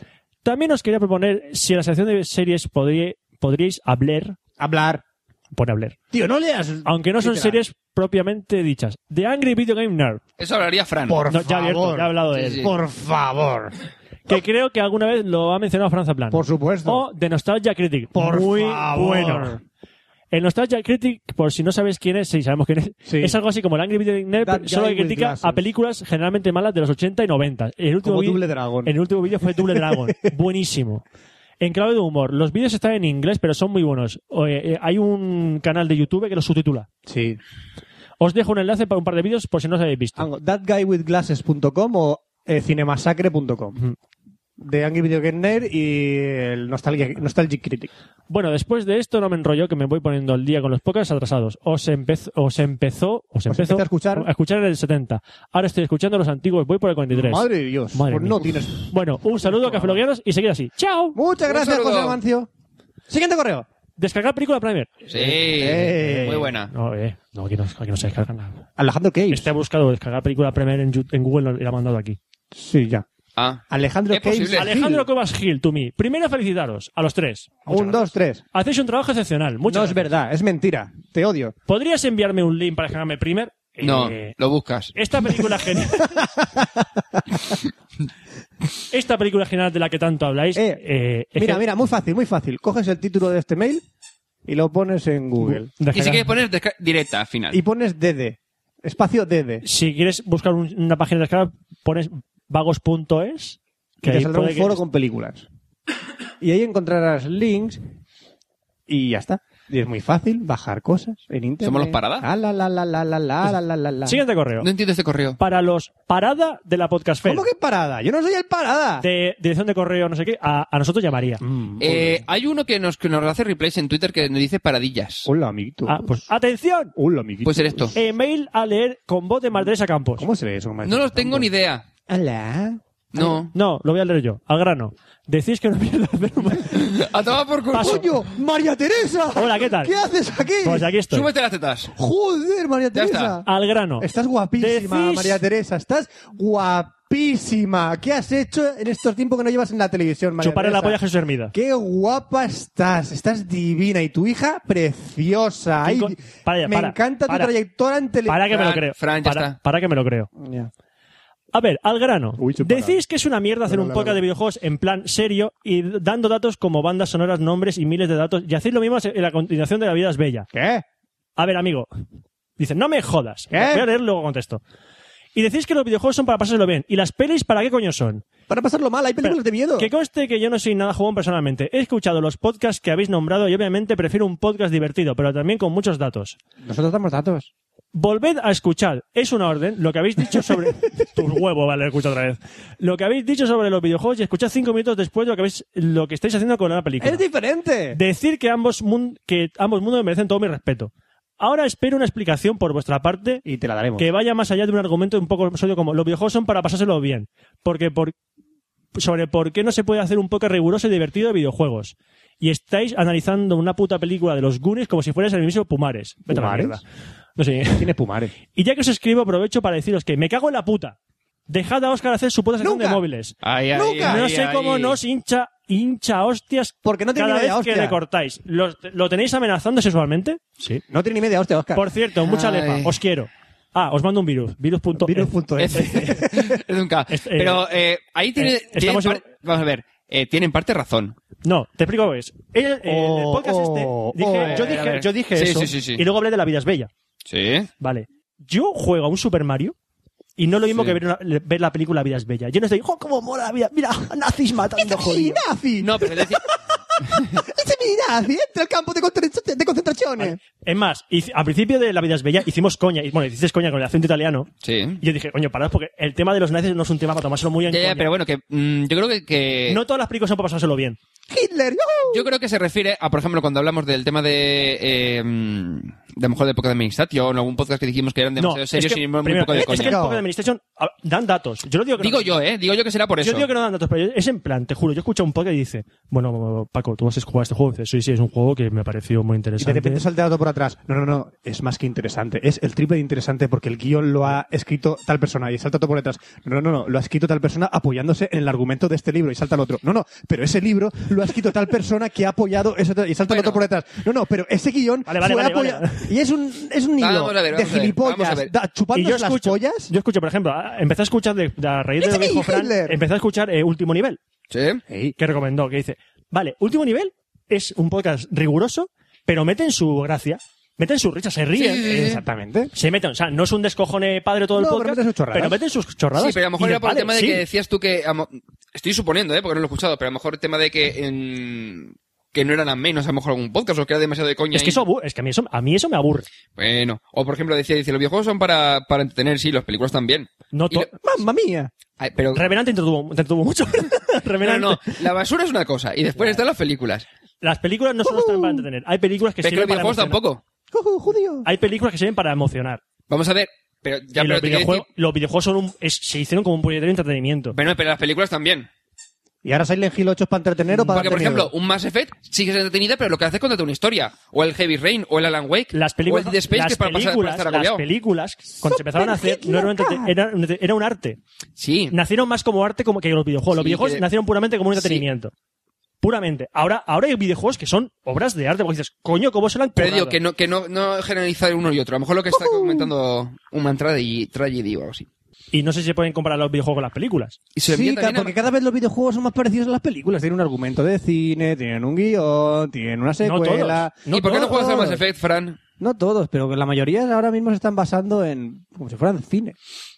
B: También os quería proponer si en la sección de series podrí- podríais hablar,
C: Hablar.
B: pone hablar,
C: Tío, no leas.
B: aunque no son
C: Literal.
B: series propiamente dichas. The Angry Video Game Nerd.
D: Eso hablaría Fran.
C: Por
B: No,
C: favor.
B: ya, he abierto, ya he hablado de
D: Sí,
B: él.
D: sí.
C: Por favor.
B: Que creo que alguna vez lo ha mencionado Franza Plan.
C: Oh, Por supuesto.
B: O The Nostalgia Critic.
C: Por
B: Muy
C: favor.
B: bueno. El Nostalgia Critic, por si no sabes quién es, sí, sabemos quién es,
C: Sí.
B: es algo así como el Angry Video Nerd,
C: That
B: pero solo
C: guy
B: que
C: with
B: critica
C: glasses.
B: a películas generalmente malas de los 80 y 90. El último
C: Como
B: vídeo-
C: Double Dragon.
B: en el último vídeo fue Double
C: <laughs>
B: Dragon. Buenísimo. En clave de humor, los vídeos están en inglés, pero son muy buenos. O, eh, eh, hay un canal de YouTube que los subtitula.
C: Sí.
B: Os dejo un enlace para un par de vídeos por si no os habéis visto.
C: Ango, Thatguywithglasses.com o eh, cinemasacre.com. De Angry Video Game Nerd y el Nostalgia- Nostalgic Critic.
B: Bueno, después de esto no me enrollo, que me voy poniendo el día con los podcasts atrasados. Os, empezó, os empezó... Os, empezó
C: empecé a escuchar.
B: A escuchar en el 70. Ahora estoy escuchando los antiguos, voy por el 43.
C: Madre de Dios.
B: Madre
C: pues
B: mía.
C: no tienes.
B: Bueno, un saludo, cafelogueros, y seguid así. ¡Chao!
C: Muchas
D: Un
C: gracias,
D: saludo.
C: José Amancio. Siguiente correo.
B: Descargar película Primer.
D: Sí,
C: Eh.
D: muy buena.
B: No, eh, no, aquí no, aquí no se descarga nada.
C: Alejandro Cage.
B: Este ha buscado descargar película Premier en, Yu- en Google y la ha mandado aquí.
C: Sí, ya.
D: Ah,
C: Alejandro
D: Es
C: Cage.
D: posible.
C: Gil.
B: Alejandro Cobas Gil, to me. Primero felicitaros a los tres. Muchas
C: Un,
B: gracias.
C: dos, tres.
B: Hacéis un trabajo excepcional. Muchas
C: no es
B: gracias.
C: verdad, es mentira. Te odio.
B: ¿Podrías enviarme un link para descargarme Primer?
D: no,
B: Eh,
D: lo buscas.
B: Esta película
C: <laughs>
B: genial. Esta película genial de la que tanto habláis.
C: Eh,
B: eh, es
C: Mira,
B: que-
C: mira, muy fácil, muy fácil. Coges el título de este mail y lo pones en Google.
D: Y
B: descargar-
D: si quieres poner desca- directa al final.
C: Y pones DD. Espacio DD.
B: si quieres buscar un- una página de descarga, pones vagos.es.
C: que
B: ahí
C: te saldrá
B: puede
C: un
B: que-
C: foro con películas. Y ahí encontrarás links y ya está. Y es muy fácil bajar cosas en internet.
D: Somos los parada.
C: Ah, la, la, la, la, la, la, la, la, la, la.
B: Siguiente correo.
D: No entiendo este correo.
B: Para los parada de la podcast
C: ¿Cómo que parada? Yo no soy el parada.
B: de dirección de correo, no sé qué, a, a nosotros llamaría.
C: Mm.
D: Eh, hay uno que nos, que nos hace replays en Twitter que nos dice paradillas.
C: Hola, amiguito.
B: Ah, pues, ¡Atención!
C: Hola, amiguito.
D: Puede ser esto.
B: Email a leer con voz de Maldresa Campos.
C: ¿Cómo se ve eso?
D: No los tengo ni idea.
C: Hola.
D: No.
B: No, lo voy a leer yo, al grano. Decís que no pierdas pero-
C: <laughs>
D: <laughs> A tomar por culo.
B: Paso.
C: ¡Coño! ¡María Teresa!
B: Hola, ¿qué tal?
C: ¿Qué haces aquí?
B: Pues aquí estoy.
D: Súbete las tetas.
C: ¡Joder, María
D: Ya está.
C: Teresa!
B: Al grano.
C: Estás guapísima,
B: Ah. Decís-
C: María Teresa. Estás guapísima. ¿Qué has hecho en estos tiempos que no llevas en la televisión, María
B: Chuparé la
C: Teresa?
B: polla a Jesús Hermida.
C: Qué guapa estás, estás divina y tu hija preciosa. Ay,
B: Cinco- Para ya,
C: me
B: para,
C: encanta
B: para.
C: tu trayectoria en tele.
B: Para que me lo
D: Fran,
B: creo.
D: Fran, ya
B: para,
D: está.
B: para que me lo creo.
C: Ya.
B: A ver, al grano.
C: Uy, chupada.
B: Decís que es una mierda hacer
C: Hola,
B: un
C: hola,
B: podcast
C: hola.
B: de videojuegos en plan serio y dando datos como bandas sonoras, nombres y miles de datos. Y hacéis lo mismo en la continuación de La vida es bella.
C: ¿Qué?
B: A ver, amigo. Dicen, no me jodas.
C: ¿Qué?
B: Voy a leer, luego contesto. Y decís que los videojuegos son para pasárselo bien. ¿Y las pelis para qué coño son?
C: Para pasarlo mal, hay películas de miedo.
B: Que conste que yo no soy nada jugón personalmente. He escuchado los podcasts que habéis nombrado y obviamente prefiero un podcast divertido, pero también con muchos datos.
C: Nosotros damos datos.
B: Volved a escuchar, es una orden, lo que habéis dicho sobre... Tus huevos, vale, escucha otra vez. Lo que habéis dicho sobre los videojuegos y escuchad cinco minutos después lo que, habéis, lo que estáis haciendo con la película.
C: ¡Es diferente!
B: Decir que ambos, mun- que ambos mundos merecen todo mi respeto. Ahora espero una explicación por vuestra parte
C: Y te la daremos.
B: que vaya más allá de un argumento un poco sólido como los videojuegos son para pasárselo bien. Porque por, sobre por qué no se puede hacer un poco riguroso y divertido de videojuegos. Y estáis analizando una puta película de los Goonies como si fuerais el mismo Pumares. Vete a la
C: ¿Pumares?
B: mierda. No sé.
C: Tiene Pumares.
B: Y ya que os escribo, aprovecho para deciros que me cago en la puta. Dejad a Oscar hacer su puta sección
C: Nunca.
B: de móviles.
D: Ay, ay,
C: Nunca.
D: ay,
B: no sé
D: ay.
B: cómo nos hincha, hincha a hostias
C: Porque no tiene
B: cada
C: ni
B: vez
C: media
B: que
C: hostia.
B: le cortáis. ¿Lo, lo tenéis amenazando sexualmente? Sí.
C: No tiene ni media hostia, Oscar.
B: Por cierto, mucha
D: Ay.
B: lepa. Os quiero. Ah, os mando un virus. Virus.es.
D: <laughs>
C: Virus.es.
D: Nunca.
B: Est- eh,
D: Pero eh, ahí tiene.
B: eh,
D: tiene
B: estamos en-
D: par- Vamos a ver. Eh, tiene en parte razón.
B: No, te explico cómo es. El, el- el
C: Oh,
B: podcast
C: oh,
B: este, dije-
C: oh.
B: yo
D: A ver, a
B: dije,
D: ver.
B: yo dije
D: Sí,
B: eso
D: sí, sí, sí.
B: y luego hablé de la vida es bella.
D: Sí.
B: Vale. Yo juego a un Super Mario y no es lo mismo
D: Sí.
B: que ver, una- ver la película La vida es bella. Yo no estoy, ¡jo, cómo mola la vida! Mira, nazis matando
C: ¡Sí,
B: jodidos.
C: nazi!
D: No, pero es decir.
C: ¡Ese mi nazi! ¡Entra al campo de, concentra- de concentraciones!
B: Es más, hice- al principio de La vida es bella hicimos coña, y bueno, hiciste coña con el acento italiano.
D: Sí.
B: Y yo dije, coño, parad, porque el tema de los nazis no es un tema para tomárselo muy en
D: Ya, ya,
B: coña.
D: pero bueno, que mm, yo creo que, que-
B: No todas las películas son para pasárselo bien.
C: ¡Hitler! ¡yujú!
D: yo creo que se refiere a, por ejemplo, cuando hablamos del tema de eh, mm, de a lo mejor de época de Ministatio o en algún podcast que dijimos que eran demasiado
B: no,
D: serios
B: es que,
D: y muy
B: primero,
D: poco de
B: es,
D: coña.
B: que el podcast de Administration ah, dan datos. Yo lo digo que no.
D: Digo yo, ¿eh? Digo yo que será por eso.
B: Yo digo que no dan datos, pero es en plan, te juro, yo escucho un podcast y dice, bueno, Paco, tú has jugado a este juego. Y dices, sí, sí, es un juego que me pareció muy
C: Y de
B: interesante.
C: repente salta el dato por atrás. No, no, no. Es más que interesante. Es el triple de interesante porque el guión lo ha escrito tal persona y salta el dato por detrás. No, no, no. Lo ha escrito tal persona apoyándose en el argumento de este libro y salta el otro. No, no. Pero ese libro lo ha escrito tal persona que ha apoyado eso y salta el
D: Bueno.
C: otro por detrás. No, no. Pero ese guión
B: Vale, vale,
C: fue
B: vale,
C: apoyado.
B: vale.
C: Y es un, es un hilo
D: Vamos
C: de
D: a ver, vamos a ver, vamos a
C: gilipollas
D: ver.
C: da-
B: Y yo
C: chupándose las
B: escucho,
C: pollas. Este
B: yo escucho, por ejemplo, ah, empecé a escuchar de, de a raíz de lo que
C: ¡Ese
B: dijo Fran,
C: Hitler!
B: empecé a escuchar eh, Último Nivel.
D: Sí.
B: que recomendó, que dice, vale, Último Nivel es un podcast riguroso, pero meten su gracia, meten su risa, se eh, ríen.
D: Sí, sí, sí.
C: Exactamente.
B: Se meten, o sea, no es un descojone padre todo el
C: No, pero
B: podcast,
C: meten sus chorradas.
B: pero meten sus chorradas.
D: Sí, pero a lo mejor
B: y de
D: era por el
B: padre,
D: tema de
B: sí.
D: que decías tú que... a mo- Estoy suponiendo, ¿eh? Porque no lo he escuchado, pero a lo mejor el tema de que en... Que no eran las menos, a lo mejor algún podcast o que era demasiado de coña.
B: Es que,
D: y-
B: eso abu- es que a, mí eso, a mí eso me aburre.
D: Bueno, o por ejemplo decía, dice, los videojuegos son para, para entretener, sí, las películas también.
B: No
D: Y lo-
B: to-
C: ¡Mamma mía!
D: Ay, pero
B: Revenante entretuvo, te entretuvo
D: <laughs>
B: mucho.
D: no,
B: Revenante.
D: no, la basura es una cosa y después están las películas.
B: Las películas no solo están para entretener. Hay películas que
D: Pero es que
B: sirven
D: los
B: para
D: videojuegos
B: emocionar.
D: tampoco.
C: ¡Juju, judío!
B: Hay películas que sirven para emocionar.
D: Vamos a ver, pero ya
B: Y
D: pero
B: los,
D: te quiero
B: videojuegos,
D: decir-
B: los videojuegos son un- es- se hicieron como un puñetero entretenimiento.
D: Bueno, pero las películas también.
C: Y ahora Silent Hill 8 es para entretener o para
D: Porque, por
C: dar miedo?
D: ejemplo, un Mass Effect sí que es entretenida, pero lo que hace es contarte una historia. O el Heavy Rain, o el Alan Wake,
B: Las películas,
D: o el Dead Space,
B: las
D: que es para, pasar, para
B: películas,
D: estar
B: las
D: agobiado.
B: películas, cuando se empezaron a hacer, no era, un entrete- era un- era un arte.
D: Sí,
B: Nacieron más como arte como que los videojuegos. Los
D: Sí,
B: videojuegos
D: que-
B: nacieron puramente como un
D: Sí.
B: entretenimiento. Puramente. Ahora, ahora hay videojuegos que son obras de arte, porque dices, coño, ¿cómo se la han
D: pero digo
B: currado?
D: que no, que no, no generalizar uno y otro. A lo mejor lo que está comentando un mantra de tragedy o algo así.
B: Y no sé si se pueden comparar los videojuegos con las películas.
D: Y se
C: Sí,
D: envía
C: ca-
D: también a-
C: porque cada vez los videojuegos son más parecidos a las películas. Tienen un argumento de cine, tienen un guión, tienen una
B: No todos.
C: secuela.
B: No
D: ¿Y por qué no
B: todos.
D: juegas al Mass Effect, Fran?
C: No todos, pero la mayoría ahora mismo se están basando en. como si fueran cine.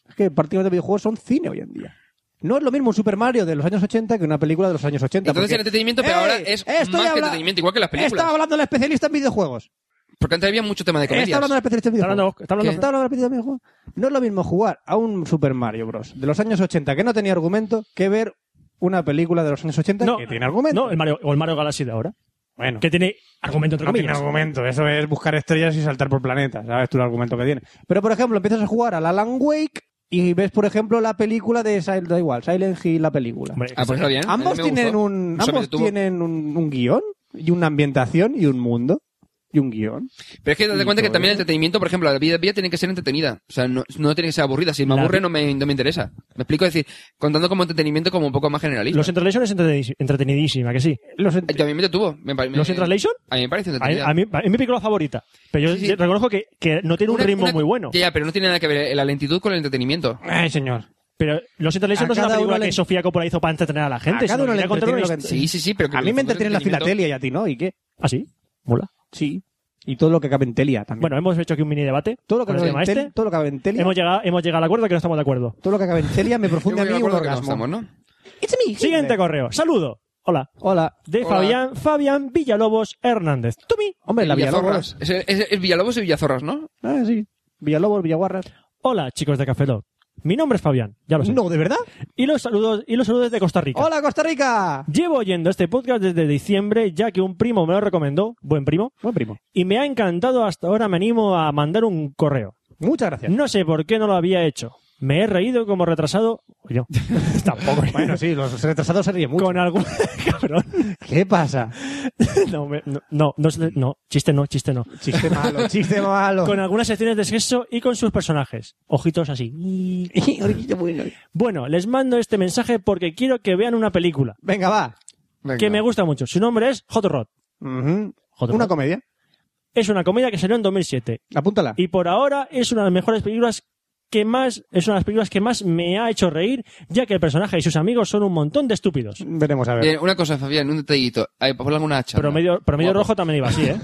C: Es que partidos de videojuegos son cine hoy en día. No es lo mismo un Super Mario de los años 80 que una película de los años 80.
D: Entonces
C: porque-
D: el entretenimiento, pero
B: Eh,
C: ¡Ey!
D: ahora es
C: Estoy
D: más que
C: habla-
D: entretenimiento, igual que las películas.
C: Estaba hablando la especialista en videojuegos.
D: Porque antes había mucho tema de comedias.
C: Está hablando la especialista en
B: Está
C: videojuegos.
B: hablando, está hablando-
C: Está hablando la especialista en videojuegos. No es lo mismo jugar a un Super Mario Bros. de los años 80 que no tenía argumento que ver una película de los años 80
B: No,
C: que tiene argumento.
B: No, el Mario, o el Mario Galaxy de ahora.
C: bueno.
B: Que tiene argumento entre
C: No tiene
B: comillas.
C: argumento, eso es buscar estrellas y saltar por planetas, ¿sabes tú el argumento que tiene? Pero, por ejemplo, empiezas a jugar a la Alan Wake y ves, por ejemplo, la película de Silent, da igual, Silent Hill, la película.
B: Hombre,
D: Ah, pues está bien.
C: ambos
D: A mí me
C: tienen,
D: gustó.
C: un,
D: Eso me
C: ambos
D: detuvo.
C: tienen un, un guión y una ambientación y un mundo y un guión.
D: Pero es que date cuenta que
C: todo
D: también el
C: eso.
D: entretenimiento, por ejemplo, la vida vía tiene que ser entretenida. O sea, no, no tiene que ser aburrida. Si me
B: La
D: aburre,
B: vi-
D: no me, no me interesa. Me explico, es decir, contando como entretenimiento como un poco más generalista.
B: Los In Translation es entretenidis- entretenidísima, que sí.
C: Los ent-
D: Yo a mí me detuvo. Me, pare- me-
B: ¿Los In Translation?
D: A mí me parece
B: A,
D: entretenida.
B: a mí, a mí me picó la favorita. Pero yo
D: Sí, sí.
B: reconozco que, que no tiene un
D: Una-
B: ritmo
D: una-
B: muy bueno.
D: Ya, ya, pero no tiene nada que ver la lentitud con el entretenimiento.
C: Ay, señor.
B: Pero Los Interlation
C: A
B: no es una
C: cada
B: película
C: uno le-
B: que Sofía Coppola hizo para entretener a la gente.
C: A cada
B: sino
C: uno
B: que
C: le
B: quería contar
C: entretiene
B: una
C: lo que-
D: Sí, sí, sí, pero que
C: A
D: en
C: mí
D: el
C: me
D: fondo es
C: entretiene la
D: entretenimiento.
C: filatelia y a ti no, ¿y qué?
B: hist- ¿Ah, sí? Mola.
C: Sí. Y todo lo que cabe en telia también.
B: Bueno, hemos hecho aquí un mini debate.
C: todo lo que
B: con el
C: cabe en
B: tema este.
C: tel- todo lo que cabe en telia,
B: Hemos llegado, hemos llegado al acuerdo que no estamos de acuerdo.
C: todo lo que cabe en telia me
D: <laughs> Yo
C: profunde a
D: me
C: mí un
D: acuerdo que no
C: orgasmo.
D: estamos, ¿no?
C: It's me, Hitler.
B: Siguiente correo. Saludo. Hola.
C: Hola.
B: De
D: Hola.
B: Fabián, Fabián Villalobos Hernández. To me.
C: Hombre, la Villalobos.
D: Villalobos. Es, es- es Villalobos y Villazorras, ¿no?
C: Ah, sí. Villalobos, Villaguarras.
B: Hola, chicos de Café Lock. Mi nombre es Fabián, ya
D: Pues
B: lo sé.
C: No, ¿de verdad?
B: Y los saludos, y los saludos de Costa Rica.
C: ¡Hola, Costa Rica!
B: Llevo oyendo este podcast desde diciembre, ya que un primo me lo recomendó, buen primo,
C: Buen primo.
B: y me ha encantado hasta ahora. Me animo a mandar un correo.
C: Muchas gracias.
B: No sé por qué no lo había hecho. Me he reído como retrasado. o
C: <laughs>
B: Yo. <laughs> Tampoco.
C: Bueno, sí, los retrasados se ríen mucho.
B: Con algún. <laughs> Cabrón.
C: ¿Qué pasa?
B: No, me- no, no, no, es- no, chiste no, chiste no.
C: Chiste malo, chiste malo.
B: Con algunas secciones de sexo y con sus personajes. Ojitos así. Bueno, les mando este mensaje porque quiero que vean una película
C: Venga, va.
D: Venga.
B: que me gusta mucho. Su nombre es Hot Rod.
C: Ujú.
B: Hot
C: Una
B: Rod.
C: comedia.
B: es una comedia que salió en 2007
C: Apúntala.
B: y por ahora es una de las mejores películas que más es una de las películas que más me ha hecho reír, ya que el personaje y sus amigos son un montón de estúpidos.
C: Veremos a ver.
D: Bien, Eh, una cosa, Fabián, un detallito. Ay, pues ponle alguna hacha.
B: Promedio, promedio
D: Guapo.
B: rojo también iba así, ¿eh?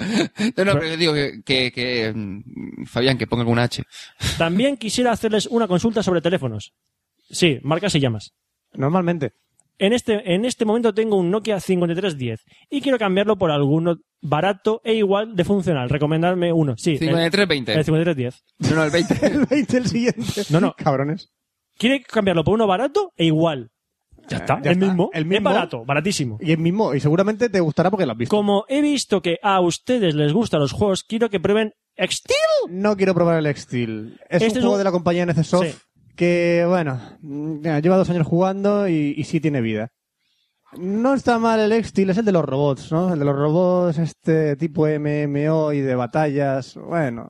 D: No, no, pero yo digo que, que, que, mm, Fabián, que ponga alguna H.
B: También quisiera hacerles una consulta sobre teléfonos. Sí, marcas y llamas.
C: Normalmente.
B: En este, en este momento tengo un Nokia 5310 y quiero cambiarlo por alguno barato e igual de funcional. Recomendarme uno. Sí, el, el
D: 53-20.
B: 5310.
D: No, no, el
C: <laughs>
D: 20.
C: El 20, el siguiente.
B: No, no.
C: Cabrones.
B: Quiere cambiarlo por uno barato e igual. Ya está,
C: ya
B: el,
C: está.
B: Mismo,
C: El mismo.
B: Es barato, baratísimo.
C: Y el mismo, y seguramente te gustará porque lo has visto.
B: Como he visto que a ustedes les gustan los juegos, quiero que prueben Extil.
C: No quiero probar el X-Steel. Es
B: Este
C: un
B: es
C: juego
B: un-
C: de la compañía Necesoft
B: Sí.
C: que, bueno, mm, ya, lleva dos años jugando y, y sí tiene vida. No está mal el X-Steel, es el de los robots, ¿no? El de los robots, este tipo MMO y de batallas, bueno.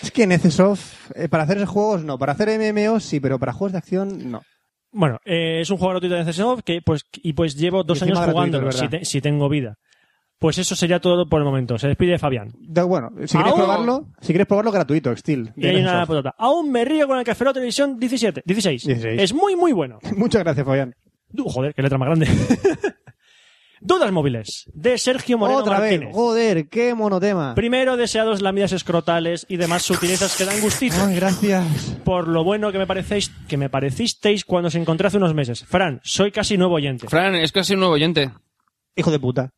C: Es que Necesoft, eh, para hacer esos juegos no, para hacer MMO sí, pero para juegos de acción no.
B: Bueno, eh, es un juego gratuito de CSGO que pues y pues llevo dos
C: Y
B: años
C: encima gratuito,
B: jugándolo,
C: es
B: si,
C: verdad.
B: te- si tengo vida. Pues eso sería todo por el momento. Se despide Fabián.
C: Da- bueno, si quieres
B: Aún-
C: probarlo, si quieres probarlo gratuito, X-Steel.
B: Y
C: de
B: hay una
C: Necesoft.
B: patata. Aún me río con el Café Lock Televisión 17, 16.
C: 16.
B: Es muy, muy bueno.
C: <laughs> Muchas gracias, Fabián.
B: Uh, joder, qué letra más grande. <laughs> Dudas móviles de Sergio Moreno
C: Otra vez,
B: Martínez.
C: joder, qué monotema.
B: Primero deseados lamidas escrotales y demás sutilezas que dan gustito.
C: Ay, gracias.
B: Por lo bueno que me parecéis, que me parecisteis cuando os encontré hace unos meses. Fran, soy casi nuevo oyente.
D: <laughs> Fran, es que has sido un nuevo oyente.
C: Hijo de puta.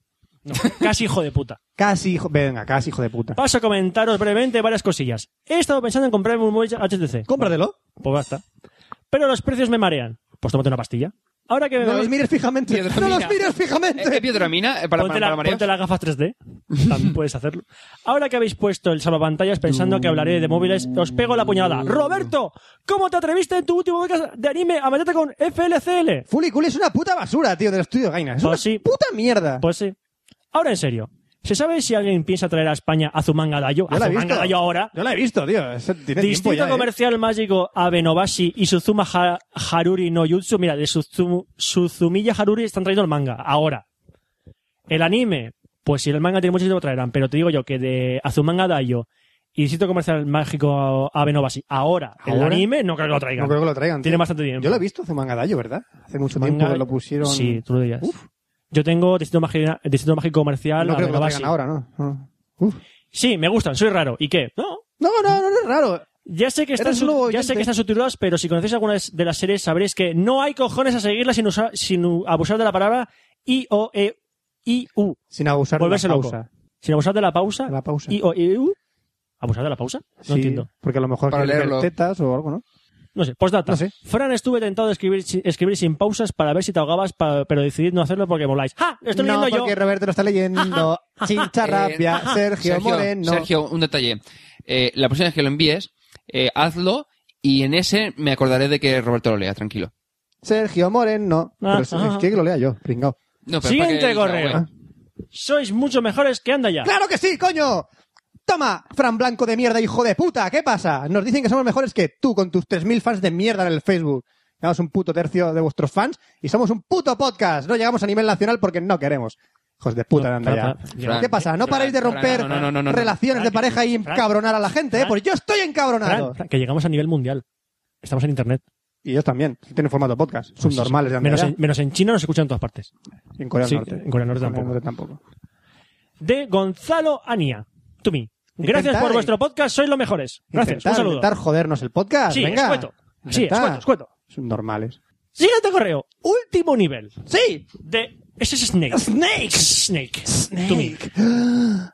B: No, casi hijo de puta.
C: Casi hijo, venga, casi hijo de puta.
B: Paso a comentaros brevemente varias cosillas. He estado pensando en comprarme un móvil HTC.
C: Cómpratelo.
B: Pues basta. Pero los precios me marean. Pues tómate una pastilla. Ahora que me
C: No
B: veis-
C: los mires fijamente.
D: Piedra
C: No
D: mía.
C: los mires
D: ¿Es eh,
B: <laughs>
C: fijamente.
D: piedramina? Eh, para,
B: ponte,
D: para,
B: la-
D: para mareos.
B: ponte las gafas 3D.
D: <laughs>
B: También puedes hacerlo. Ahora que habéis puesto el salvapantallas pensando que hablaré de móviles, os pego la puñalada. ¡Roberto! ¿Cómo te atreviste en tu último podcast de anime a meterte con FLCL?
C: Fuliculi es una puta basura, tío, del estudio Gaina. Es una
B: Pues sí.
C: puta mierda.
B: Pues sí. Ahora en serio. ¿Se sabe si alguien piensa traer a España a Zumanga Dayo?
C: Yo
B: ¿A
C: la he
B: Zumanga
C: visto.
B: Dayo ahora?
C: Yo la he visto, tío. Eso Tiene tiempo
B: Distrito
C: ya, ¿eh?
B: Comercial Mágico Abenobashi y Suzuma Ha- Haruri no Jutsu. Mira, de Suzumu- Suzumiya Haruri están trayendo el manga. Ahora. El anime. Pues si el manga tiene mucho tiempo traerán. Pero te digo yo que de Azumanga Dayo y Distrito Comercial Mágico Abenobashi. Ahora, el
C: ¿Ahora?
B: anime no creo que lo traigan.
C: No creo que lo traigan.
B: Tiene
C: tío.
B: bastante tiempo.
C: Yo lo he visto hace mangadayo, ¿verdad? Hace mucho
B: Manga-
C: tiempo que lo pusieron.
B: Sí, tú lo dirías.
C: Uf.
B: Yo tengo Distrito, Magina- Distrito Mágico Comercial
C: no creo que lo
B: Abenobashi.
C: traigan ahora, ¿no? No. Uf.
B: Sí, me gustan, soy raro. ¿Y qué? No,
C: No, no, no, no es raro.
B: Ya sé que están,
C: Eres un nuevo
B: su- ya
C: oyente.
B: sé que están subtituladas, pero si conocéis alguna de las series sabréis que no hay cojones a seguirlas sin, usar- sin u- abusar de la palabra I O E I U.
C: Sin abusar de la
B: Volverse loco.
C: pausa.
B: Sin abusar de la pausa.
C: De la pausa.
B: I O E U. ¿Abusar de la pausa? No
C: Sí,
B: entiendo.
C: Porque a lo mejor
D: Para
C: quieren ver
D: leerlo.
C: tetas o algo, ¿no?
B: No sé. Postdata.
C: No sé.
B: Fran, estuve tentado de escribir, si- escribir sin pausas para ver si te ahogabas, pa- pero decidí no hacerlo porque moláis. ¡Ja! Lo Estoy
C: no,
B: leyendo
C: porque
B: yo.
C: Roberto lo
B: <laughs>
C: está leyendo. <laughs> Chincharrapia,
D: Eh,
C: Sergio, Moreno.
D: Sergio, un detalle. Eh, la próxima vez que lo envíes, eh, hazlo y en ese me acordaré de que Roberto lo lea, tranquilo.
C: Sergio Moreno.
B: Ah,
C: Pero es,
B: ah,
C: es que lo lea yo, pringao.
D: No, pero es para
B: Siguiente
D: que-
B: correo.
D: Ah, bueno.
B: Sois mucho mejores que anda ya.
C: ¡Claro que sí, coño! Toma, Fran Blanco de mierda, hijo de puta, ¿qué pasa? Nos dicen que somos mejores que tú con tus 3.000 fans de mierda en el Facebook. Llevamos un puto tercio de vuestros fans y somos un puto podcast. No llegamos a nivel nacional porque no queremos. Hijos de puta,
B: No,
C: anda ya.
B: Fran, Fran,
D: Fran,
C: ¿Qué pasa? ¿No
D: Fran,
C: paráis de
D: Fran,
C: romper
D: no, no, no, no, no, no.
C: relaciones de
B: Fran,
C: pareja y
B: Fran,
C: encabronar a la gente? ¿eh?
B: Fran.
C: Pues yo estoy encabronado.
B: Fran, Fran, que llegamos a nivel mundial. Estamos en internet.
C: Y ellos también. Tienen formato podcast. Subnormales de anda
B: Pues Menos
C: ya.
B: en, menos en China nos escuchan en todas partes.
C: En Corea del
B: Sí,
C: Norte.
B: en Corea del Norte
C: tampoco.
B: de Gonzalo Ania. To me. Gracias
C: Intentar,
B: por
C: eh.
B: vuestro podcast, sois los mejores. Gracias,
C: Intentar,
B: un saludo.
C: intentar jodernos el podcast.
B: sí,
C: Venga.
B: escueto. Sí, escueto,
C: Intentar.
B: escueto.
C: Subnormales.
B: Siguiente correo. Último nivel.
C: ¡Sí!
B: De... Ese es Snake.
C: Snake.
B: Snake. To me.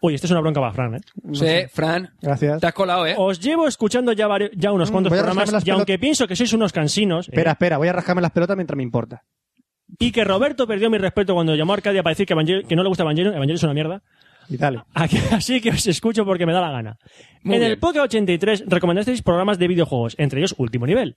B: Uy, esto es una bronca para Fran, ¿eh?
D: Sí, Fran,
C: Gracias.
D: te has colado, ¿eh?
B: Os llevo escuchando ya, varios- ya unos
C: Mm,
B: cuantos
C: voy a
B: programas
C: rascarme las
B: y aunque
C: pelotas.
B: pienso que sois unos cansinos eh,
C: Espera, espera, voy a rascarme las pelotas mientras me importa.
B: y que Roberto perdió mi respeto cuando llamó a Arcadia para decir que, Evangel- que no le gusta Evangelion, Evangelion es una mierda,
C: Y dale.
B: <laughs> Aquí- Así que os escucho porque me da la gana.
D: Muy
B: en el
D: bien.
B: podcast 83 recomendasteis programas de videojuegos, entre ellos Último Nivel.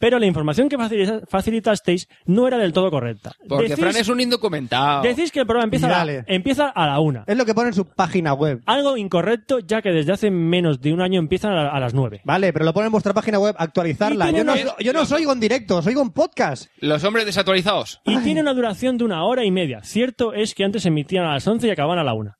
B: Pero la información que facilita- facilitasteis no era del todo correcta.
D: Porque
B: decís,
D: Fran es un indocumentado.
B: decís que el programa empieza a, la,
C: Dale.
B: empieza a la una.
C: Es lo que pone en su página web.
B: Algo incorrecto, ya que desde hace menos de un año empiezan a, a las nueve.
C: Vale, pero lo pone en vuestra página web,
B: Y
C: actualizarla. Yo
B: tiene
C: no,
B: una-
C: yo no soy con directo, soy con podcast.
D: Los hombres desactualizados.
B: Y tiene una duración de una hora y media. Cierto es que antes emitían a las 11 y acababan a la una.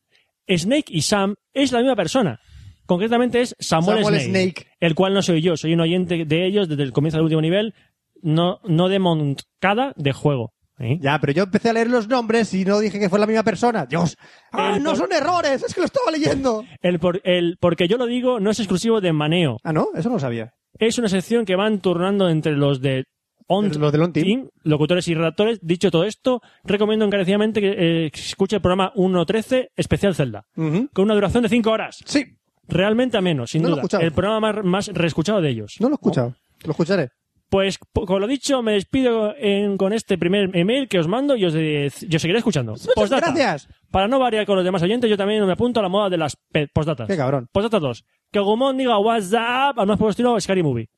B: Snake y Sam es la misma persona. Concretamente es Samuel,
C: Samuel
B: Snake,
C: Snake.
B: el cual no soy yo, soy un oyente de ellos desde el comienzo del último nivel, no, no de moncada de juego. ¿Eh?
C: Ya, pero yo empecé a leer los nombres y no dije que fue la misma persona. Dios. ¡Ah,
B: El
C: no
B: por-
C: son errores! Es que lo estaba leyendo.
B: El, por- el porque yo lo digo no es exclusivo de Maneo,
C: Ah, no, eso no lo sabía.
B: es una sección que van turnando entre los de On
C: Los del On Team.
B: locutores y redactores. Dicho todo esto, recomiendo encarecidamente que eh, escuche el programa 1.13 especial Zelda,
C: Ujú.
B: con una duración de 5 horas.
C: Sí,
B: Realmente a menos, sin
C: No lo he
B: duda.
C: escuchado.
B: El programa más, más reescuchado de ellos.
C: no lo he escuchado. Oh. Lo escucharé.
B: Pues, po- con lo dicho, me despido en- con este primer email que os mando y os, de- yo seguiré escuchando. Postdata.
C: gracias.
B: Para no variar con los demás oyentes, yo también me apunto a la moda de las pe- postdatas.
C: Qué cabrón.
B: Postdata 2. Que Gumon diga WhatsApp al más puro estilo Scary Movie.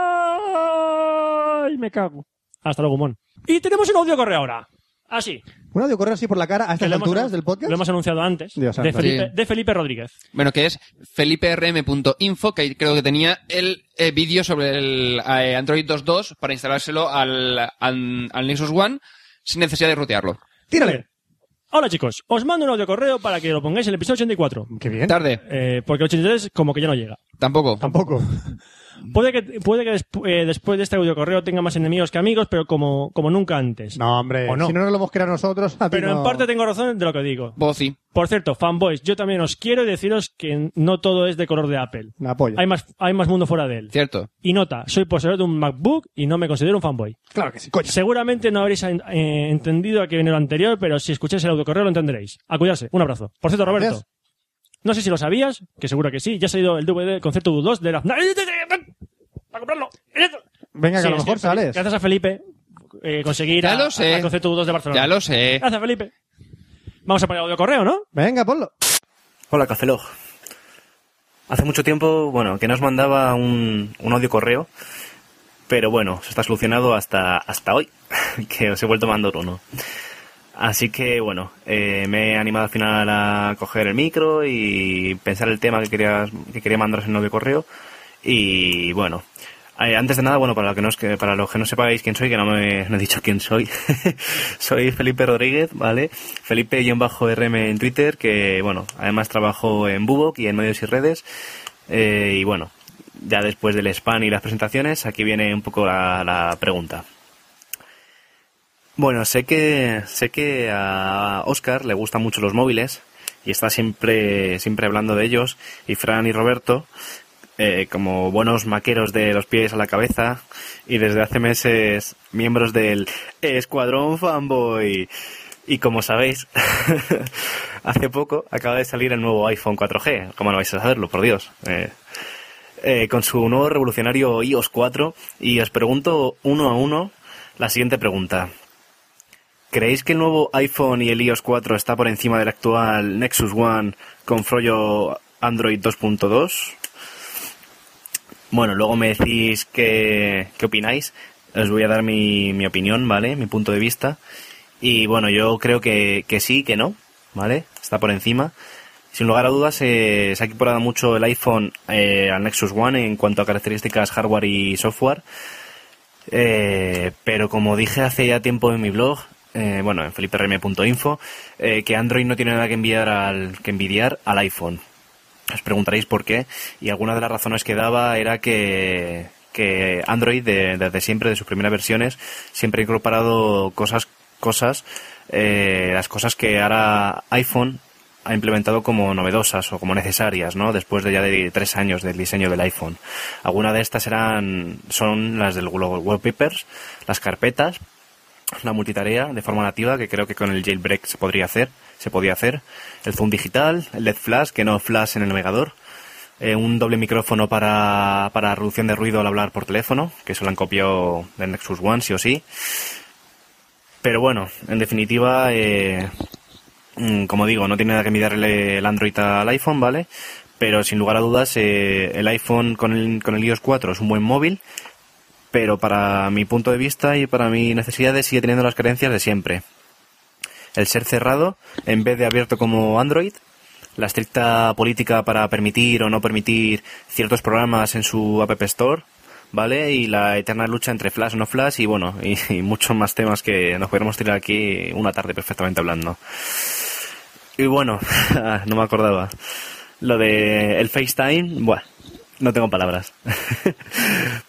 B: ¡WhatsApp! Y me cago. Hasta luego, Gumon. Y tenemos un audio correo ahora. Así.
C: ¿Un audio correo así por la cara a
B: que
C: estas
B: lo hemos
C: alturas
B: anun-
C: del podcast?
B: Lo hemos anunciado antes.
C: Dios
B: de,
C: santo.
B: Felipe,
D: Sí.
B: de Felipe Rodríguez.
D: Bueno, que es feliperm.info, que ahí creo que tenía el eh, vídeo sobre el eh, Android 2.2 para instalárselo al, al, al Nexus One sin necesidad de rutearlo.
C: Tírale.
B: Hola chicos, os mando un audio correo para que lo pongáis en el episodio 84.
C: Qué bien.
D: Tarde,
B: Eh, porque el 83 como que ya no llega.
D: tampoco.
C: Tampoco.
B: Puede que, puede que despu- eh, después de este audio correo tenga más enemigos que amigos, pero como, como nunca antes.
C: No, hombre,
B: ¿O no?
C: Pues si no nos lo hemos creado nosotros, a ti
B: Pero en
C: no.
B: parte tengo razón de lo que digo.
D: Vos sí.
B: Por cierto, fanboys, yo también os quiero deciros que no todo es de color de Apple.
C: Una polla.
B: Hay más, hay más mundo fuera de él.
D: Cierto.
B: Y nota, soy poseedor de un MacBook y no me considero un fanboy.
C: Claro que sí, coño.
B: Seguramente no habréis eh, entendido a qué viene lo anterior, pero si escucháis el autocorreo lo entenderéis. A cuidarse. Un abrazo. Por cierto, Roberto.
C: Gracias.
B: No sé si lo sabías, que seguro que sí. Ya ha salido el DVD del concierto 2 de la... ¡Para comprarlo!
C: Venga, que
B: Sí,
C: a lo
B: es que
C: mejor
B: Felipe-
C: sales.
B: Gracias a Felipe eh, conseguir
D: Ya
B: a-
D: lo sé.
B: al concierto 2 de Barcelona.
D: Ya lo sé.
B: Gracias, Felipe. Vamos a poner el autocorreo, ¿no?
C: Venga, ponlo.
H: Hola, Cafelog. Hace mucho tiempo, bueno, que nos mandaba un, un audio correo, pero bueno, se está solucionado hasta, hasta hoy, <laughs> que os he vuelto a mandar uno. Así que bueno, eh, me he animado al final a coger el micro y pensar el tema que quería, que quería mandaros en el audio correo. Y bueno, eh, antes de nada, bueno, para, lo que no, os- que- para los que no sepáis quién soy, que no me no he dicho quién soy, <laughs> soy Felipe Rodríguez, ¿vale? Felipe-RM en Twitter, que bueno, además trabajo en Bubok y en medios y redes. Eh, y bueno, ya después del spam y las presentaciones, aquí viene un poco la- la pregunta. Bueno, sé que sé que a Oscar le gustan mucho los móviles y está siempre siempre hablando de ellos y Fran y Roberto eh, como buenos maqueros de los pies a la cabeza y desde hace meses miembros del Escuadrón Fanboy. Y como sabéis, <laughs> hace poco acaba de salir el nuevo iPhone 4G. ¿Cómo no vais a saberlo? Por Dios. Eh, eh, con su nuevo revolucionario iOS 4 y os pregunto uno a uno la siguiente pregunta. ¿Creéis que el nuevo iPhone y el iOS 4 está por encima del actual Nexus One con Froyo Android 2.2? Bueno, luego me decís qué, qué opináis. Os voy a dar mi, mi opinión, ¿vale? Mi punto de vista. Y bueno, yo creo que, que sí, que no, ¿vale? Está por encima. Sin lugar a dudas, eh, se ha equiparado mucho el iPhone eh, al Nexus One en cuanto a características hardware y software. Eh, pero como dije hace ya tiempo en mi blog, eh, bueno, en feliperm.info, eh, que Android no tiene nada que enviar al, que envidiar al iPhone. Os preguntaréis por qué, y alguna de las razones que daba era que, que Android, de- desde siempre, de sus primeras versiones, siempre ha incorporado cosas, cosas, eh, las cosas que ahora iPhone ha implementado como novedosas o como necesarias, ¿no? Después de ya de tres años del diseño del iPhone. Algunas de estas eran, son las del Google Wallpapers, las carpetas, la multitarea de forma nativa, que creo que con el jailbreak se podría hacer, se podía hacer, el zoom digital, el LED flash, que no flash en el navegador, eh, un doble micrófono para, para reducción de ruido al hablar por teléfono, que eso lo han copiado del Nexus One, sí o sí. Pero bueno, en definitiva, eh, mm, como digo, no tiene nada que mirarle el Android al iPhone, ¿vale? Pero sin lugar a dudas, eh, el iPhone con el, con el iOS 4 es un buen móvil, pero para mi punto de vista y para mis necesidades sigue teniendo las carencias de siempre. El ser cerrado en vez de abierto como Android, la estricta política para permitir o no permitir ciertos programas en su App Store, ¿vale? Y la eterna lucha entre Flash no Flash y bueno, y, y muchos más temas que nos podríamos tirar aquí una tarde perfectamente hablando. Y bueno, <laughs> ah, no me acordaba. Lo de el FaceTime, bueno, no tengo palabras. <laughs>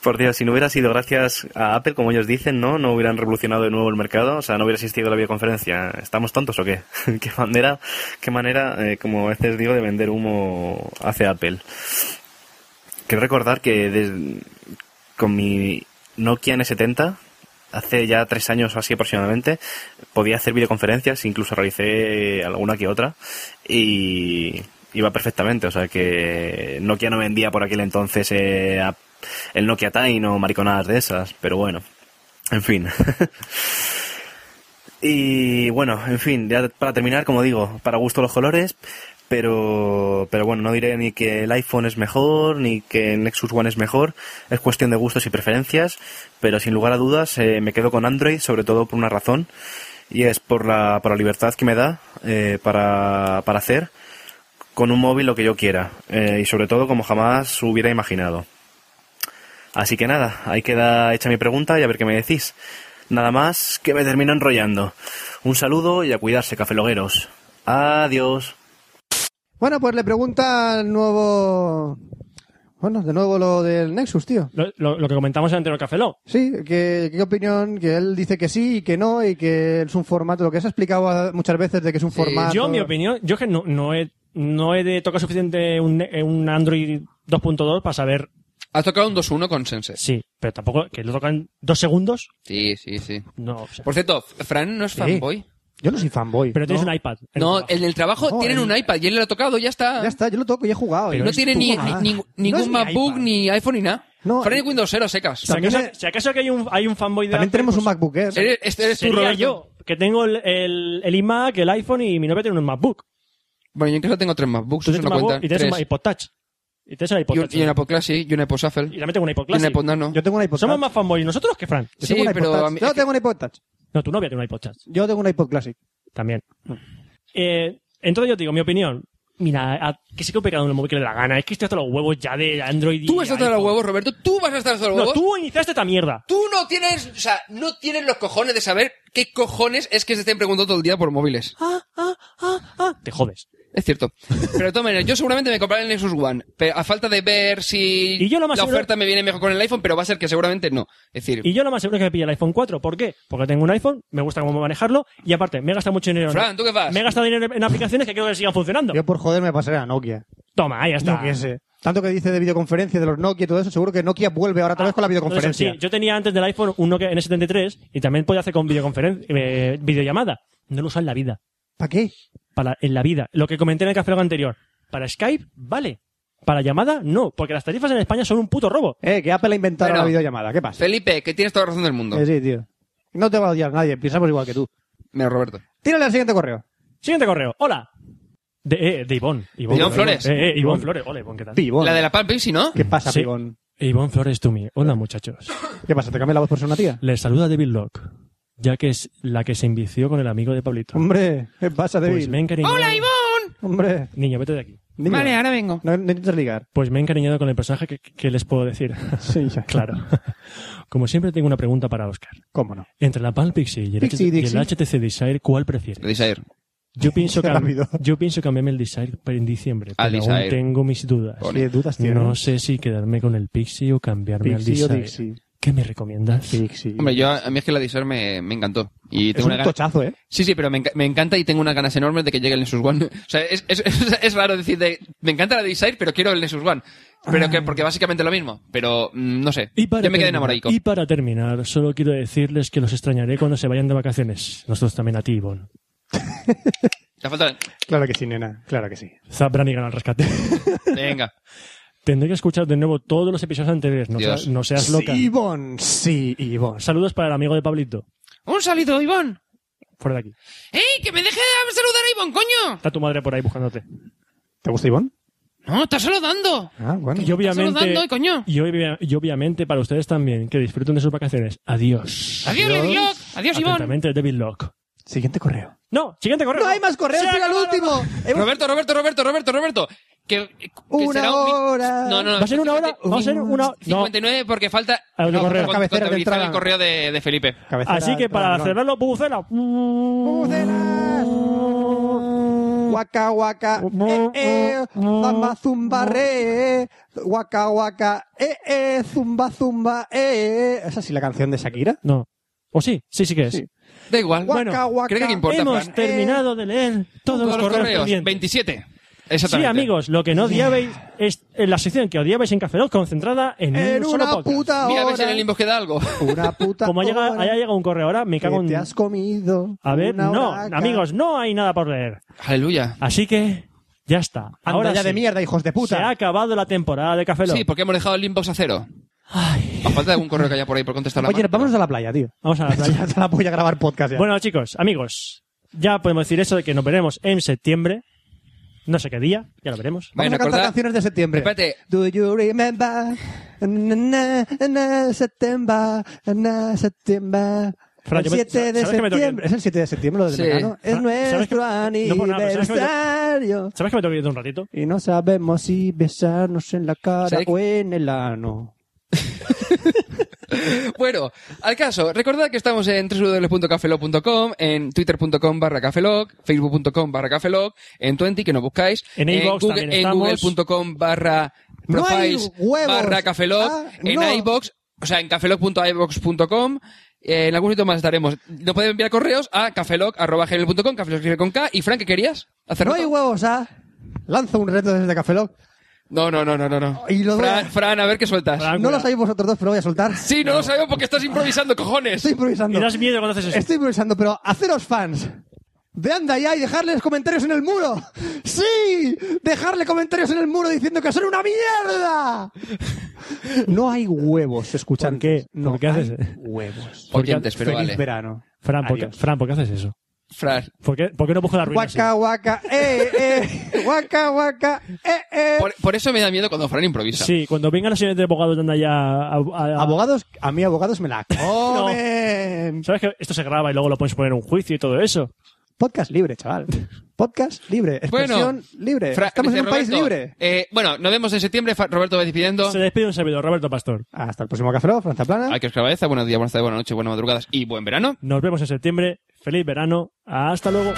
H: Por Dios, si no hubiera sido gracias a Apple, como ellos dicen, ¿no? No hubieran revolucionado de nuevo el mercado, o sea, no hubiera existido la videoconferencia. ¿Estamos tontos o qué? <laughs> qué manera, qué manera eh, como a veces digo, de vender humo hace Apple. Quiero recordar que des- con mi Nokia N70, hace ya tres años o así aproximadamente, podía hacer videoconferencias, incluso realicé eh, alguna que otra, y iba perfectamente. O sea que Nokia no vendía por aquel entonces eh, a- el Nokia Time o mariconadas de esas, pero bueno, en fin. <laughs> Y bueno, en fin, ya para terminar, como digo, para gusto los colores, pero, pero bueno, no diré ni que el iPhone es mejor, ni que el Nexus One es mejor, es cuestión de gustos y preferencias, pero sin lugar a dudas eh, me quedo con Android, sobre todo por una razón, y es por la, por la libertad que me da eh, para, para hacer con un móvil lo que yo quiera, eh, y sobre todo como jamás hubiera imaginado. Así que nada, ahí queda hecha mi pregunta y a ver qué me decís. Nada más que me termino enrollando. Un saludo y a cuidarse, cafelogueros. Adiós.
C: Bueno, pues le pregunta al nuevo Bueno, de nuevo lo del Nexus, tío.
B: Lo, lo- lo que comentamos en el anterior Café Lock.
C: Sí, que, qué opinión, que él dice que sí y que no, y que es un formato, lo que has explicado a- muchas veces de que es un formato.
B: Yo, mi opinión, yo que no, no he, no he de tocar suficiente un, ne- eh, un Android 2.2 para saber
D: Has tocado un 2-1 con Sense.
B: sí, pero tampoco que lo tocan dos segundos.
D: Sí, sí, sí.
B: No, o sea,
D: Por cierto, Fran no es fanboy.
C: Yo no soy fanboy.
B: pero tienes
C: No.
B: un iPad. en el
D: No,
B: trabajo.
D: en el trabajo
C: No,
D: tienen
C: el-
D: un iPad y él lo ha tocado, ya está.
C: Ya está, yo lo toco y he jugado.
D: No tiene ni,
C: Ah.
D: ni- ni- ningún
C: No es mi
D: MacBook,
C: iPad.
D: ni iPhone, ni nada.
C: No,
D: Fran
C: eh,
D: es Windows 0 secas.
B: Si acaso,
C: también-
B: si acaso que hay un, hay un fanboy de
C: También
B: Apple,
C: tenemos
B: pues,
C: un MacBook Air.
D: Eres, este eres tú,
B: sería
D: Roberto.
B: yo, que tengo el, el, el iMac, el iPhone y mi novia tiene un MacBook.
D: Bueno, yo en casa tengo tres MacBooks,
B: Tú
D: eso
B: tienes
D: no
B: un
D: cuenta.
B: MacBook y tienes un
D: Tres.
B: iPod Touch. Y tienes el iPod
D: Y un-
B: Touch.
D: y una iPod Classic, y una iPod Shuffle,
B: Y también tengo una iPod
D: y una
B: Classic.
D: iPod Nano.
C: Yo tengo una iPod
B: Somos
C: Touch.
B: más fanboy nosotros que Fran.
C: Yo
D: Sí,
C: tengo una iPod
D: pero
C: Touch.
D: a mí-
C: Yo
D: es que-
C: tengo una iPod Touch.
B: No, tu novia tiene un iPod Touch.
C: Yo tengo una iPod Classic.
B: También. Eh, entonces yo te digo, mi opinión. Mira, a- que sí que cada uno el móvil que le da la gana. Es que estoy hasta los huevos ya de Android. y
D: Tú estás hasta los
B: iPhone.
D: huevos, Roberto. Tú vas a estar hasta los
B: No,
D: huevos.
B: tú iniciaste esta mierda.
D: Tú no tienes, o sea, no tienes los cojones de saber qué cojones es que se estén preguntando todo el día por móviles.
B: Ah. Te jodes.
D: Es cierto. Pero de todas maneras, yo seguramente me compraré el Nexus One. Pero a falta de ver si
B: Y yo lo más
D: la
B: seguro-
D: oferta me viene mejor con el iPhone, pero va a ser que seguramente no. Es decir,
B: Y yo lo más seguro es que me pille el iPhone 4. ¿Por qué? Porque tengo un iPhone, me gusta cómo manejarlo y aparte me he gastado mucho dinero. en-
D: Fran, ¿tú qué vas?
B: Me he gastado dinero en aplicaciones que quiero que sigan funcionando.
C: Yo por joder me pasaré a Nokia.
B: Toma, ahí ya está.
C: Yo qué sé. Tanto que dice de videoconferencia, de los Nokia y todo eso, seguro que Nokia vuelve ahora otra vez con la
B: Entonces,
C: videoconferencia.
B: Ah, sí, yo tenía antes del iPhone un Nokia N73 y también podía hacer con videoconferencia, eh, videollamada. No lo usan en la vida.
C: ¿Para qué?
B: Para, en la vida. Lo que comenté en el café Lock anterior. Para Skype, vale. Para llamada, no. Porque las tarifas en España son un puto robo.
C: Eh, que Apple ha inventado
D: Bueno.
C: la videollamada. ¿Qué pasa?
D: Felipe, que tienes toda la razón del mundo.
C: Eh, sí, tío. No te va a odiar nadie, pensamos igual que tú.
D: Menos Roberto.
C: Tírale al siguiente correo.
B: Siguiente correo. Hola. De, eh, de Ivón. Ivón,
D: Ivón Flores.
B: Eh, eh, Ivón, Flores. Hola, Ivón, ¿qué tal?
C: Pibón.
D: La de la Palm Pixie, ¿no?
C: ¿Qué pasa,
B: Sí.
C: Pibón?
B: Ivón Flores Tumi. Hola, muchachos.
C: ¿Qué pasa? ¿Te cambié la voz por ser una tía?
B: Les saluda David Locke, ya que es la que se invició con el amigo de Pablito.
C: Hombre, ¿qué pasa, Mm, David?
B: Pues me he encariñado...
F: ¡Hola, Ivón!
C: Hombre,
B: Niño, vete de aquí.
C: niño,
F: Vale, ahora vengo.
C: no, no intentas ligar.
B: Pues me he encariñado con el personaje que, que les puedo <laughs> decir.
C: Sí, ya.
B: claro. Como siempre, tengo una pregunta para Oscar.
C: ¿Cómo no?
B: Entre la Palm Pixie y el, HT- y
C: Pixie
B: el
C: Dixie.
B: HTC Desire, ¿cuál prefieres?
D: La Desire.
C: <laughs>
B: Yo pienso,
C: Qué
B: cam-
C: rápido.
B: yo pienso cambiarme el Desire para- en diciembre,
D: Al
B: pero aún
D: Desire.
B: tengo mis dudas.
D: Pone.
C: ¿Qué dudas tienes?
B: No sé eh. si quedarme con el Pixie o cambiarme
C: Pixie o
B: al Desire.
C: Dixie.
B: ¿Qué me recomiendas?
C: Pixie.
D: Hombre, yo, a mí es que la Desire me, me encantó. Y
C: es
D: tengo
C: un
D: una gana-
C: tochazo, ¿eh?
D: Sí, sí, pero me, enca- me encanta y tengo unas ganas enormes de que llegue el Nexus One. <laughs> O sea, es, es- es- es raro decir de, me encanta la Desire, pero quiero el Nexus One. Pero que, porque básicamente lo mismo. Pero, mm, no sé.
B: Ah. Y para
D: Yo me quedé
B: terminar-
D: enamoradico.
B: Y para terminar, solo quiero decirles que los extrañaré cuando se vayan de vacaciones. Nosotros también a ti, Ivonne.
D: La falta...
C: Claro que sí, nena. Claro que sí.
B: Zap Brannigan al rescate. <laughs>
D: Venga.
B: Tendré que escuchar de nuevo todos los episodios anteriores. No,
D: Dios.
B: seas- no seas loca.
C: Sí, Ivonne. Sí, Ivonne.
B: Saludos para el amigo de Pablito.
F: Un saludo, Ivón.
B: Fuera de aquí.
F: ¡Ey, que me deje de saludar a Ivón, coño!
B: Está tu madre por ahí buscándote.
C: ¿Te gusta Ivonne?
F: No, está saludando.
C: Ah, bueno.
B: Y obviamente,
F: saludando, coño.
B: y, obvia- y obviamente para ustedes también, que disfruten de sus vacaciones. Adiós.
F: Adiós, Lady Locke. Adiós, Ivón.
B: Atentamente, David Locke.
C: Siguiente correo.
B: No, siguiente correo.
C: ¡No hay más correos!
B: Se
C: ¡Era el
B: acabó.
C: último! Hemos-
D: Roberto, Roberto, Roberto, Roberto, Roberto. Que, que
C: Una
D: será un vi-
C: hora.
D: No, no,
B: Va a ser una hora, va a ser una no.
D: 59 porque falta
B: A ver, correo.
D: con-
C: Cabecera de
D: contabilizar
C: entrada.
D: el correo de, de Felipe.
C: Cabecera,
B: Así que para
C: no, no.
B: cerrarlo, bubucela.
C: ¡Bucelas! Guaca, guaca, eh, eh, zamba, zumba, re, eh, guaca, guaca, eh, eh, zumba, zumba, eh, eh. ¿Esa sí la canción de Shakira?
B: No. ¿O sí? Sí, sí que es.
C: Sí.
D: Da igual.
C: Guaca,
B: Bueno,
C: guaca,
D: creo que aquí importa,
B: Hemos
D: Fran.
B: terminado de leer todos los correos, pendientes.
D: 27.
B: Sí,
D: Exactamente.
B: amigos, lo que no odiabais es en la sección que odiabais en Café Lock concentrada en,
C: En
B: un Mm, solo
C: una
B: podcast.
C: puta
D: Mira a ver si en
C: hora.
D: el inbox queda algo.
C: Una puta
B: <laughs> Como llega,
C: hora
B: haya llegado un correo ahora, me
C: que
B: cago en...
C: te has comido.
B: A ver,
C: una
B: no,
C: horaca.
B: amigos, no hay nada por leer.
D: Aleluya.
B: Así que, ya está.
C: Anda
B: Ahora
C: ya
B: sí,
C: de mierda, hijos
B: Se
C: de
B: ha
C: puta.
B: acabado la temporada de Café Lock.
D: Sí, porque hemos dejado el inbox a cero.
B: Ay,
D: A falta de algún correo que haya por ahí por contestar la
C: Oye,
D: mano,
C: vámonos a la playa, tío.
B: vamos a la playa.
C: <laughs> Ya te la voy a grabar podcast ya.
B: Ah, bueno, chicos, amigos, ya podemos decir eso de que nos veremos en septiembre. No sé qué día, ya lo veremos.
C: Vamos
D: Bueno,
C: a cantar
D: acordad-
C: canciones de septiembre.
D: Espérate.
C: Do you remember? Na, na, na, September, na, September.
B: Fran,
C: el
B: yo me-
C: 7 de
B: ¿sabes que me toca
C: septiembre.
B: bien?
C: Es el 7 de septiembre lo del
D: Sí.
C: verano. Eh, Es
B: Fran, Ah, ¿sabes que-
C: nuestro
B: No por nada, pero ¿sabes que me toca-
C: aniversario.
B: ¿Sabes que me tengo que ir de un ratito?
C: Y no sabemos si besarnos en la cara
D: ¿Sabes que-
C: o en el ano.
D: Bueno, al caso, recordad que estamos en www.cafelog.com, en twitter.com barra cafelog, facebook.com barra cafelog, en Twenty, que nos buscáis,
B: En iVoox
D: Google-
B: también
D: en
B: estamos.
D: google.com barra
C: No hay
D: Profiles
C: huevos.
D: barra Cafelog
C: Ah,
D: en
C: no.
D: iVox, o sea, en cafelog.ivox.com. eh, en algún sitio más estaremos. No pueden enviar correos a cafelog.com, cafelog escribe con K. ¿Y Frank, qué querías? ¿Hacer
C: No
D: rato?
C: hay huevos, ¿ah? Lanzo un reto desde Café Lock.
D: no, no, no, no, no. no.
C: Y lo doy a-
D: Fran, Fran, a ver qué sueltas.
B: Fran. Ah,
C: No
B: cuidado.
C: lo sabéis vosotros dos, pero lo voy a soltar.
D: Sí, no lo sabemos porque estás improvisando, cojones.
C: Estoy improvisando.
B: Y das miedo cuando haces eso.
C: Estoy improvisando, pero haceros fans. De anda ya y dejarles comentarios en el muro. ¡Sí! Dejarle comentarios en el muro diciendo que son una mierda. No hay huevos, escuchan.
B: ¿Por qué?
C: No
B: ¿Por qué haces-
C: hay huevos.
D: Oyentes, pero
C: Feliz
D: vale.
C: verano.
B: Fran, ¿por qué,
C: Adiós.
B: Fran, ¿por qué haces eso?
D: Fran,
B: ¿Por qué, por qué no busco la ruina? así?
C: Guaca, guaca, eh, <laughs> eh. Guaca, guaca, eh, eh.
D: por, por eso me da miedo cuando Fran improvisa.
B: Sí, cuando vengan los señores de abogados de ya a, a-
C: Abogados, a mí abogados me <laughs> la comen.
B: ¿Sabes que esto se graba y luego lo puedes poner en un juicio y todo eso?
C: Podcast libre, chaval. Podcast libre.
D: Bueno,
C: Expresión libre.
D: Fra-
C: Estamos en
D: dice
C: un país
D: Roberto,
C: libre.
D: eh, bueno, nos vemos en septiembre. Fa- Roberto va despidiendo.
B: Se despide un servidor, Roberto Pastor.
C: Hasta el próximo Café Lock, Franza Plana.
D: Hay que os cabeza. Buenos días, buenas tardes, buenas noches, buenas madrugadas y buen verano.
B: Nos vemos en septiembre. Feliz verano. Hasta luego.